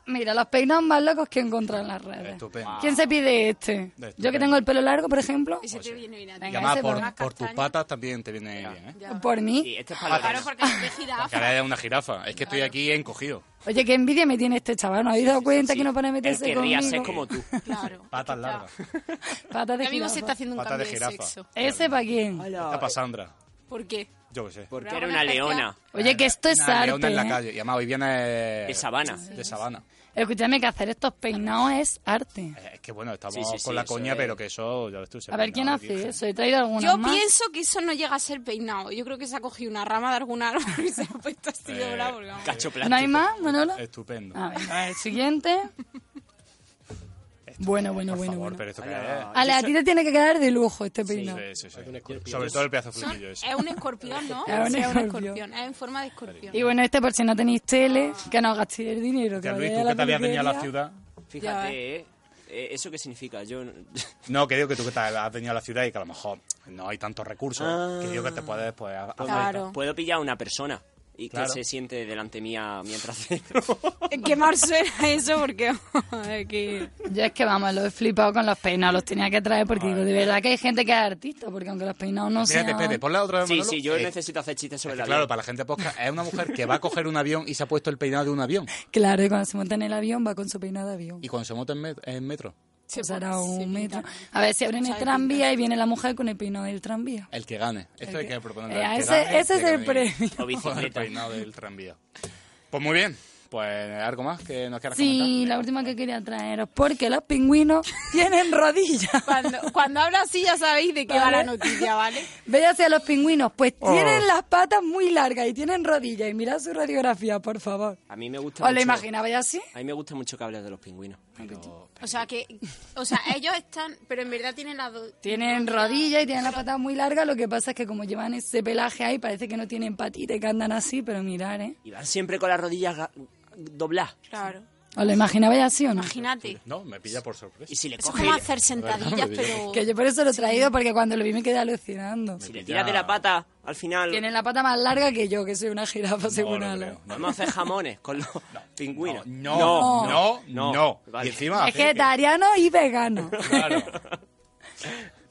[SPEAKER 8] Mira, los peinados más locos que encuentro en las redes.
[SPEAKER 6] Estupendo.
[SPEAKER 8] ¿Quién se pide este? Yo que tengo el pelo largo, por ejemplo.
[SPEAKER 6] Y
[SPEAKER 8] Venga,
[SPEAKER 6] además,
[SPEAKER 8] ese
[SPEAKER 6] por,
[SPEAKER 8] por-
[SPEAKER 6] por tus patas también te viene bien, ¿eh?
[SPEAKER 8] pues, por mí. Ah,
[SPEAKER 6] para Claro,
[SPEAKER 9] porque me giraba.
[SPEAKER 6] Porque ahora es una jirafa. Es que estoy aquí encogido.
[SPEAKER 8] Oye, qué envidia me tiene este chaval. ¿No habéis dado cuenta que no para
[SPEAKER 6] El
[SPEAKER 8] meterse
[SPEAKER 6] que
[SPEAKER 8] conmigo?
[SPEAKER 6] rías es como tú. Patas largas.
[SPEAKER 8] Patas de
[SPEAKER 9] Mi amigo
[SPEAKER 8] jirafa.
[SPEAKER 9] se está haciendo un
[SPEAKER 6] Pata
[SPEAKER 9] cambio
[SPEAKER 6] de
[SPEAKER 9] de,
[SPEAKER 6] jirafa.
[SPEAKER 9] sexo.
[SPEAKER 8] ¿Ese para quién?
[SPEAKER 6] Está para Sandra.
[SPEAKER 9] ¿Por qué?
[SPEAKER 6] Yo qué sé.
[SPEAKER 7] Porque era una leona.
[SPEAKER 8] Oye, que esto es
[SPEAKER 6] Una leona
[SPEAKER 8] arte.
[SPEAKER 6] en la
[SPEAKER 8] ¿eh?
[SPEAKER 6] calle. Y además hoy viene... De
[SPEAKER 7] sabana.
[SPEAKER 6] De sabana.
[SPEAKER 8] Escúchame que hacer estos peinados es arte.
[SPEAKER 6] Eh, Es que bueno, estamos
[SPEAKER 7] Sí, sí, sí,
[SPEAKER 6] con la
[SPEAKER 7] eso
[SPEAKER 6] coña,
[SPEAKER 7] es.
[SPEAKER 6] pero que eso, ya ves tú. se
[SPEAKER 8] A ver quién
[SPEAKER 6] peinaba
[SPEAKER 8] hace
[SPEAKER 6] virgen.
[SPEAKER 8] eso. He traído algunos
[SPEAKER 9] Yo
[SPEAKER 8] más.
[SPEAKER 9] pienso que eso no llega a ser peinado. Yo creo que se ha cogido una rama de algún árbol y se ha puesto así
[SPEAKER 6] Eh,
[SPEAKER 9] doblado. porque vamos.
[SPEAKER 6] cacho
[SPEAKER 8] ¿No hay más, Manolo? Ah,
[SPEAKER 6] Estupendo.
[SPEAKER 8] A ver, el siguiente. bueno, bueno, bueno, bueno.
[SPEAKER 6] eh, Pero esto que
[SPEAKER 8] A la tía tiene que quedar de lujo este peinado.
[SPEAKER 6] es. Sí, sí, sí. Sobre todo el pedazo
[SPEAKER 9] Son-
[SPEAKER 6] flequillo ese.
[SPEAKER 9] es un escorpión, ¿no?
[SPEAKER 8] Es un
[SPEAKER 9] Sí,
[SPEAKER 8] escorpión.
[SPEAKER 9] Es en forma de escorpión.
[SPEAKER 8] Y bueno, este por si no tenéis tele, que no gastéis el dinero. Que
[SPEAKER 6] Ya, Luis,
[SPEAKER 8] vayáis
[SPEAKER 6] ¿tú
[SPEAKER 8] a la
[SPEAKER 6] qué tal habías tenido la
[SPEAKER 8] peluquería.
[SPEAKER 6] ciudad?
[SPEAKER 8] Ya,
[SPEAKER 7] Fíjate, ¿eh? Eh, ¿Eso qué significa? Yo...
[SPEAKER 6] No, que digo que tú que te has venido a la ciudad y que a lo mejor no hay tantos recursos.
[SPEAKER 7] Ah.
[SPEAKER 6] Que digo que te puedes, pues, a- a-
[SPEAKER 7] Puedo- Puedo pillar a una persona y
[SPEAKER 6] Claro.
[SPEAKER 7] que se siente delante mía mientras...
[SPEAKER 9] Qué mal suena eso porque... joder, que-
[SPEAKER 8] Yo es que vamos, lo he flipado con los peinados, los tenía que traer porque digo, de verdad que hay gente que es artista, porque aunque los peinados no
[SPEAKER 6] Espérate,
[SPEAKER 8] sean...
[SPEAKER 6] espérate, ponla otra vez.
[SPEAKER 7] Sí,
[SPEAKER 6] Manolo.
[SPEAKER 7] sí, yo
[SPEAKER 6] Eh,
[SPEAKER 7] necesito hacer chistes sobre
[SPEAKER 6] es
[SPEAKER 7] la
[SPEAKER 6] que, Claro, para la gente posca, es una mujer que va a coger un avión y se ha puesto el peinado de un avión.
[SPEAKER 8] Claro, y cuando se monta en el avión va con su peinado de avión.
[SPEAKER 6] Y cuando se monta en, met- en metro,
[SPEAKER 8] Pues hará un metro. A ver si abren el tranvía y viene la mujer con el peinado del tranvía.
[SPEAKER 6] el que gane. Esto hay que proponerlo.
[SPEAKER 8] Eh,
[SPEAKER 6] el que
[SPEAKER 8] ese-
[SPEAKER 6] gane,
[SPEAKER 8] ese es
[SPEAKER 6] que
[SPEAKER 8] el
[SPEAKER 6] gane
[SPEAKER 8] premio. O
[SPEAKER 6] El
[SPEAKER 8] bicicleta.
[SPEAKER 6] peinado del tranvía. Pues muy bien. Pues algo más que nos quieras
[SPEAKER 8] Sí, la última que quería traeros, porque los pingüinos tienen rodillas.
[SPEAKER 9] Cuando, cuando hablo así ya sabéis de qué va la noticia, ¿vale?
[SPEAKER 8] Véase a los pingüinos, pues
[SPEAKER 7] Oh.
[SPEAKER 8] tienen las patas muy largas y tienen rodillas. Y mirad su radiografía, por favor.
[SPEAKER 7] A mí me gusta
[SPEAKER 8] ¿Os lo
[SPEAKER 7] mucho-
[SPEAKER 8] imaginabais así?
[SPEAKER 7] A mí me gusta mucho que hables de los pingüinos.
[SPEAKER 9] O sea, que, o sea, ellos están, pero en verdad tienen las dos.
[SPEAKER 8] Tienen rodillas y tienen las patas muy largas. Lo que pasa es que como llevan ese pelaje ahí, parece que no tienen patita y que andan así, pero mirar, ¿eh?
[SPEAKER 7] Y van siempre con las rodillas ga- dobladas.
[SPEAKER 9] Claro.
[SPEAKER 8] ¿Os lo imaginabais así o no?
[SPEAKER 9] Imagínate.
[SPEAKER 6] No, me pilla por sorpresa.
[SPEAKER 7] Y si le
[SPEAKER 9] Eso es
[SPEAKER 7] coge-
[SPEAKER 9] como hacer sentadillas, pero.
[SPEAKER 8] Que yo por eso lo he traído, porque cuando lo vi me quedé alucinando.
[SPEAKER 7] Si le tiras de la pata, al final...
[SPEAKER 8] Tienen la pata más larga que yo, que soy una jirafa, según Alan.
[SPEAKER 7] Vamos a hacer jamones con los pingüinos.
[SPEAKER 6] No,
[SPEAKER 8] No.
[SPEAKER 6] no, no. Y
[SPEAKER 7] Ah,
[SPEAKER 6] encima...
[SPEAKER 8] Es vegetariano y vegano.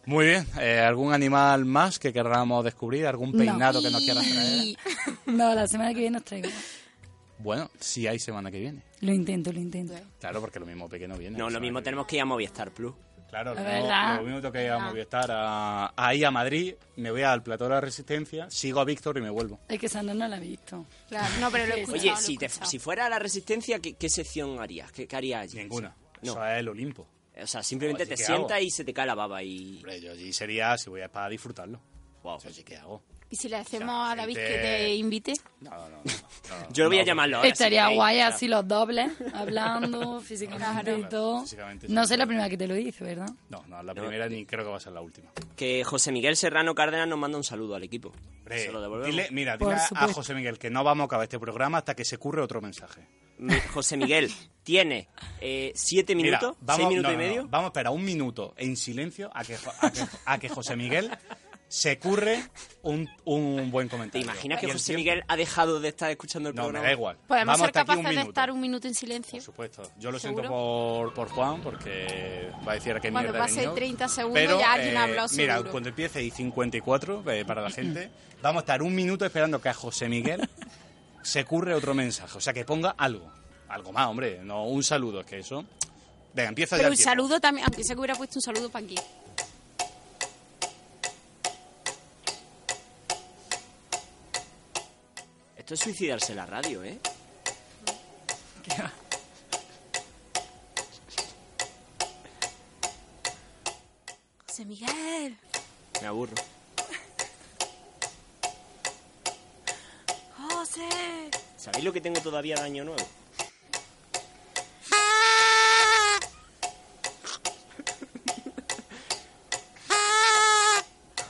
[SPEAKER 6] Muy bien. Eh, ¿Algún animal más que querramos descubrir? ¿Algún
[SPEAKER 8] No.
[SPEAKER 6] peinado que nos quieras traer?
[SPEAKER 8] No, la semana que viene nos traigo. más.
[SPEAKER 6] Bueno, si hay semana que viene.
[SPEAKER 8] Lo intento, lo intento.
[SPEAKER 6] Claro, porque lo mismo pequeño viene.
[SPEAKER 7] No, lo mismo tenemos que ir a Movistar Plus.
[SPEAKER 6] Claro,
[SPEAKER 8] La
[SPEAKER 6] lo,
[SPEAKER 8] verdad. Ah.
[SPEAKER 6] lo mismo tengo que ir a Movistar, a, ahí a Madrid, me voy al plató de la Resistencia, sigo a Víctor y me vuelvo.
[SPEAKER 8] Es que Sandra no la ha visto.
[SPEAKER 9] no, pero lo he escuchado,
[SPEAKER 7] Oye,
[SPEAKER 9] lo he
[SPEAKER 7] si, te-
[SPEAKER 9] escuchado.
[SPEAKER 7] si fuera la resistencia, ¿qué, qué sección harías? ¿Qué, qué harías allí?
[SPEAKER 6] Ninguna.
[SPEAKER 7] No.
[SPEAKER 6] Eso es el Olimpo.
[SPEAKER 7] O sea, simplemente
[SPEAKER 6] Oye,
[SPEAKER 7] te
[SPEAKER 6] ¿qué
[SPEAKER 7] sientas
[SPEAKER 6] hago?
[SPEAKER 7] y se te cae la baba y...
[SPEAKER 6] Hombre, yo allí sería si voy a para disfrutarlo.
[SPEAKER 7] Wow.
[SPEAKER 6] Eso sí que hago.
[SPEAKER 9] ¿Y si le hacemos a David
[SPEAKER 6] gente-
[SPEAKER 9] que te invite?
[SPEAKER 7] Yo lo voy a llamarlo ahora. si
[SPEAKER 8] Estaría
[SPEAKER 7] queréis.
[SPEAKER 8] guay
[SPEAKER 7] O sea,
[SPEAKER 8] así los dobles, hablando físicamente y todo.
[SPEAKER 6] Físicamente,
[SPEAKER 8] No
[SPEAKER 6] sí.
[SPEAKER 8] sé la primera que te lo dice, ¿verdad?
[SPEAKER 6] No, no, la
[SPEAKER 7] eh,
[SPEAKER 6] primera ni creo que va a ser la última.
[SPEAKER 7] Que José Miguel Serrano Cárdenas nos manda un saludo al equipo.
[SPEAKER 6] Hombre,
[SPEAKER 7] Se lo devolvemos.
[SPEAKER 6] dile- mira, dile a José Miguel que no vamos a acabar este programa hasta que se curre otro mensaje.
[SPEAKER 7] Mi- José Miguel tiene eh, siete
[SPEAKER 6] Mira,
[SPEAKER 7] minutos,
[SPEAKER 6] vamos-
[SPEAKER 7] seis minutos y
[SPEAKER 6] no, no, no,
[SPEAKER 7] medio.
[SPEAKER 6] vamos a esperar un minuto en silencio a que, Jo- a que- a que José Miguel se curre un, un buen comentario.
[SPEAKER 7] ¿Te imaginas que
[SPEAKER 6] Y el
[SPEAKER 7] José
[SPEAKER 6] tío-
[SPEAKER 7] Miguel ha dejado de estar escuchando el
[SPEAKER 6] No, me
[SPEAKER 7] programa?
[SPEAKER 6] da igual.
[SPEAKER 9] Podemos
[SPEAKER 6] Vamos
[SPEAKER 9] ser
[SPEAKER 6] hasta aquí un
[SPEAKER 9] capaces de
[SPEAKER 6] minuto.
[SPEAKER 9] estar un minuto en silencio.
[SPEAKER 6] Por supuesto. Yo lo
[SPEAKER 9] ¿Seguro?
[SPEAKER 6] siento por, por Juan, porque va a decir a qué
[SPEAKER 9] Cuando
[SPEAKER 6] mierda he
[SPEAKER 9] pase
[SPEAKER 6] venido.
[SPEAKER 9] 30 segundos
[SPEAKER 6] Pero,
[SPEAKER 9] ya alguien
[SPEAKER 6] eh,
[SPEAKER 9] ha hablado
[SPEAKER 6] mira,
[SPEAKER 9] seguro.
[SPEAKER 6] cuando empiece y 54, eh, para la gente, vamos a estar un minuto esperando que a José Miguel se curre otro mensaje. O sea, que ponga algo. Algo más, hombre. No un saludo, es que eso... Venga, empieza ya
[SPEAKER 9] Pero
[SPEAKER 6] el
[SPEAKER 9] un
[SPEAKER 6] tiempo.
[SPEAKER 9] saludo también, aunque sea que hubiera puesto un saludo para aquí.
[SPEAKER 7] Esto es suicidarse en la radio, ¿eh?
[SPEAKER 9] José Miguel,
[SPEAKER 7] Me aburro.
[SPEAKER 9] José.
[SPEAKER 7] ¿Sabéis lo que tengo todavía de año nuevo?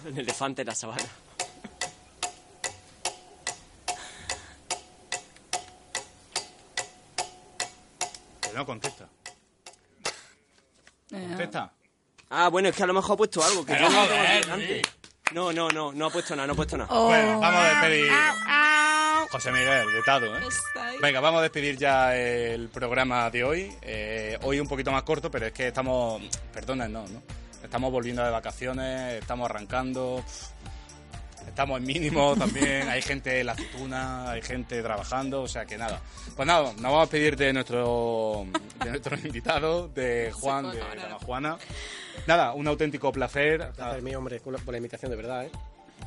[SPEAKER 7] Un elefante en la sabana.
[SPEAKER 6] Que no contesta.
[SPEAKER 9] Ah.
[SPEAKER 8] Eh,
[SPEAKER 6] Contesta.
[SPEAKER 7] Ah, bueno, es que a lo mejor ha puesto algo que
[SPEAKER 6] Pero eh,
[SPEAKER 7] yo no
[SPEAKER 6] joder,
[SPEAKER 7] tengo aquí delante. No, no, no, no ha puesto nada, no ha puesto nada.
[SPEAKER 6] Bueno, vamos a despedir. José Miguel, vetado, ¿eh? Venga, vamos a despedir ya el programa de hoy. Eh, hoy un poquito más corto, pero es que estamos. Perdona, no, ¿no? Estamos volviendo de vacaciones, estamos arrancando. pf, Estamos en mínimo también. Hay gente en la aceituna, hay gente trabajando, o sea que nada. Pues nada, nos vamos a despedir de nuestro, de nuestro invitado, de Juan, de Dama Juana. Nada, un auténtico placer.
[SPEAKER 5] Placer mío, hombre, con la- por la invitación, de verdad, ¿eh?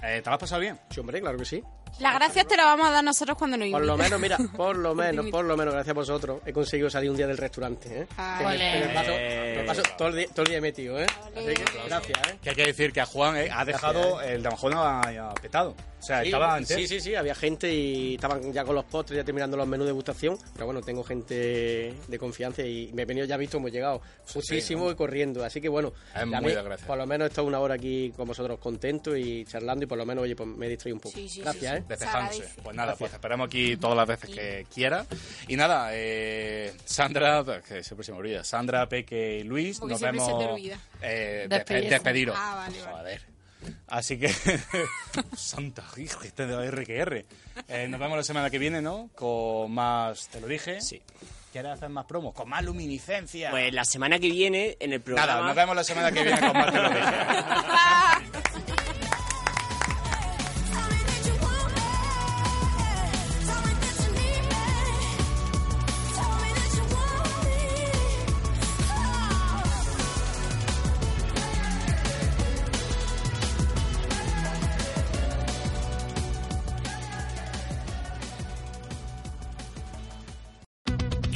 [SPEAKER 6] ¿Te lo has pasado bien?
[SPEAKER 5] Sí, hombre, claro que sí.
[SPEAKER 9] Las gracias te las vamos a dar nosotros cuando nos
[SPEAKER 5] Por lo
[SPEAKER 9] inviten.
[SPEAKER 5] menos, mira, por lo menos, por lo menos, gracias a vosotros, he conseguido salir un día del restaurante, ¿eh?
[SPEAKER 9] Ah,
[SPEAKER 5] Que me-
[SPEAKER 9] Ole.
[SPEAKER 5] que me paso-
[SPEAKER 6] Eh.
[SPEAKER 5] me paso todo el día, todo el día metido, ¿eh? Así que, gracias, ¿eh?
[SPEAKER 6] Que hay que decir que a Juan eh, ha dejado el Damajona petado. O sea,
[SPEAKER 5] Sí,
[SPEAKER 6] estaba
[SPEAKER 5] sí,
[SPEAKER 6] entero.
[SPEAKER 5] sí, sí, había gente y estaban ya con los postres, ya terminando los menús de gustación. Pero bueno, tengo gente de confianza y me he venido ya visto, hemos llegado justísimo y corriendo. Así que bueno,
[SPEAKER 6] Es
[SPEAKER 5] a
[SPEAKER 6] muy
[SPEAKER 5] mí,
[SPEAKER 6] de gracia.
[SPEAKER 5] por lo menos he estado una hora aquí con vosotros contento y charlando y por lo menos, oye, pues me he distraído un poco.
[SPEAKER 6] sí,
[SPEAKER 5] gracias, ¿eh?
[SPEAKER 6] Despejándose. Pues nada, pues te esperamos aquí todas las veces que quiera. Y nada, eh, Sandra, que siempre se me olvida, Sandra, Peque y Luis,
[SPEAKER 9] Porque
[SPEAKER 6] nos
[SPEAKER 9] siempre se te
[SPEAKER 6] vemos.
[SPEAKER 9] olvida.
[SPEAKER 6] eh, despe-
[SPEAKER 9] Despedirse.
[SPEAKER 6] despediros.
[SPEAKER 9] Ah, vale, vale.
[SPEAKER 6] Joder. Así que. Santa hija, este de R que R. Eh, nos vemos la semana que viene, ¿no? Con más. Te lo dije. Sí. ¿Quieres hacer más promos? Con más luminiscencia.
[SPEAKER 7] Pues la semana que viene en el programa.
[SPEAKER 6] Nada, nos vemos la semana que viene con más Te lo dije.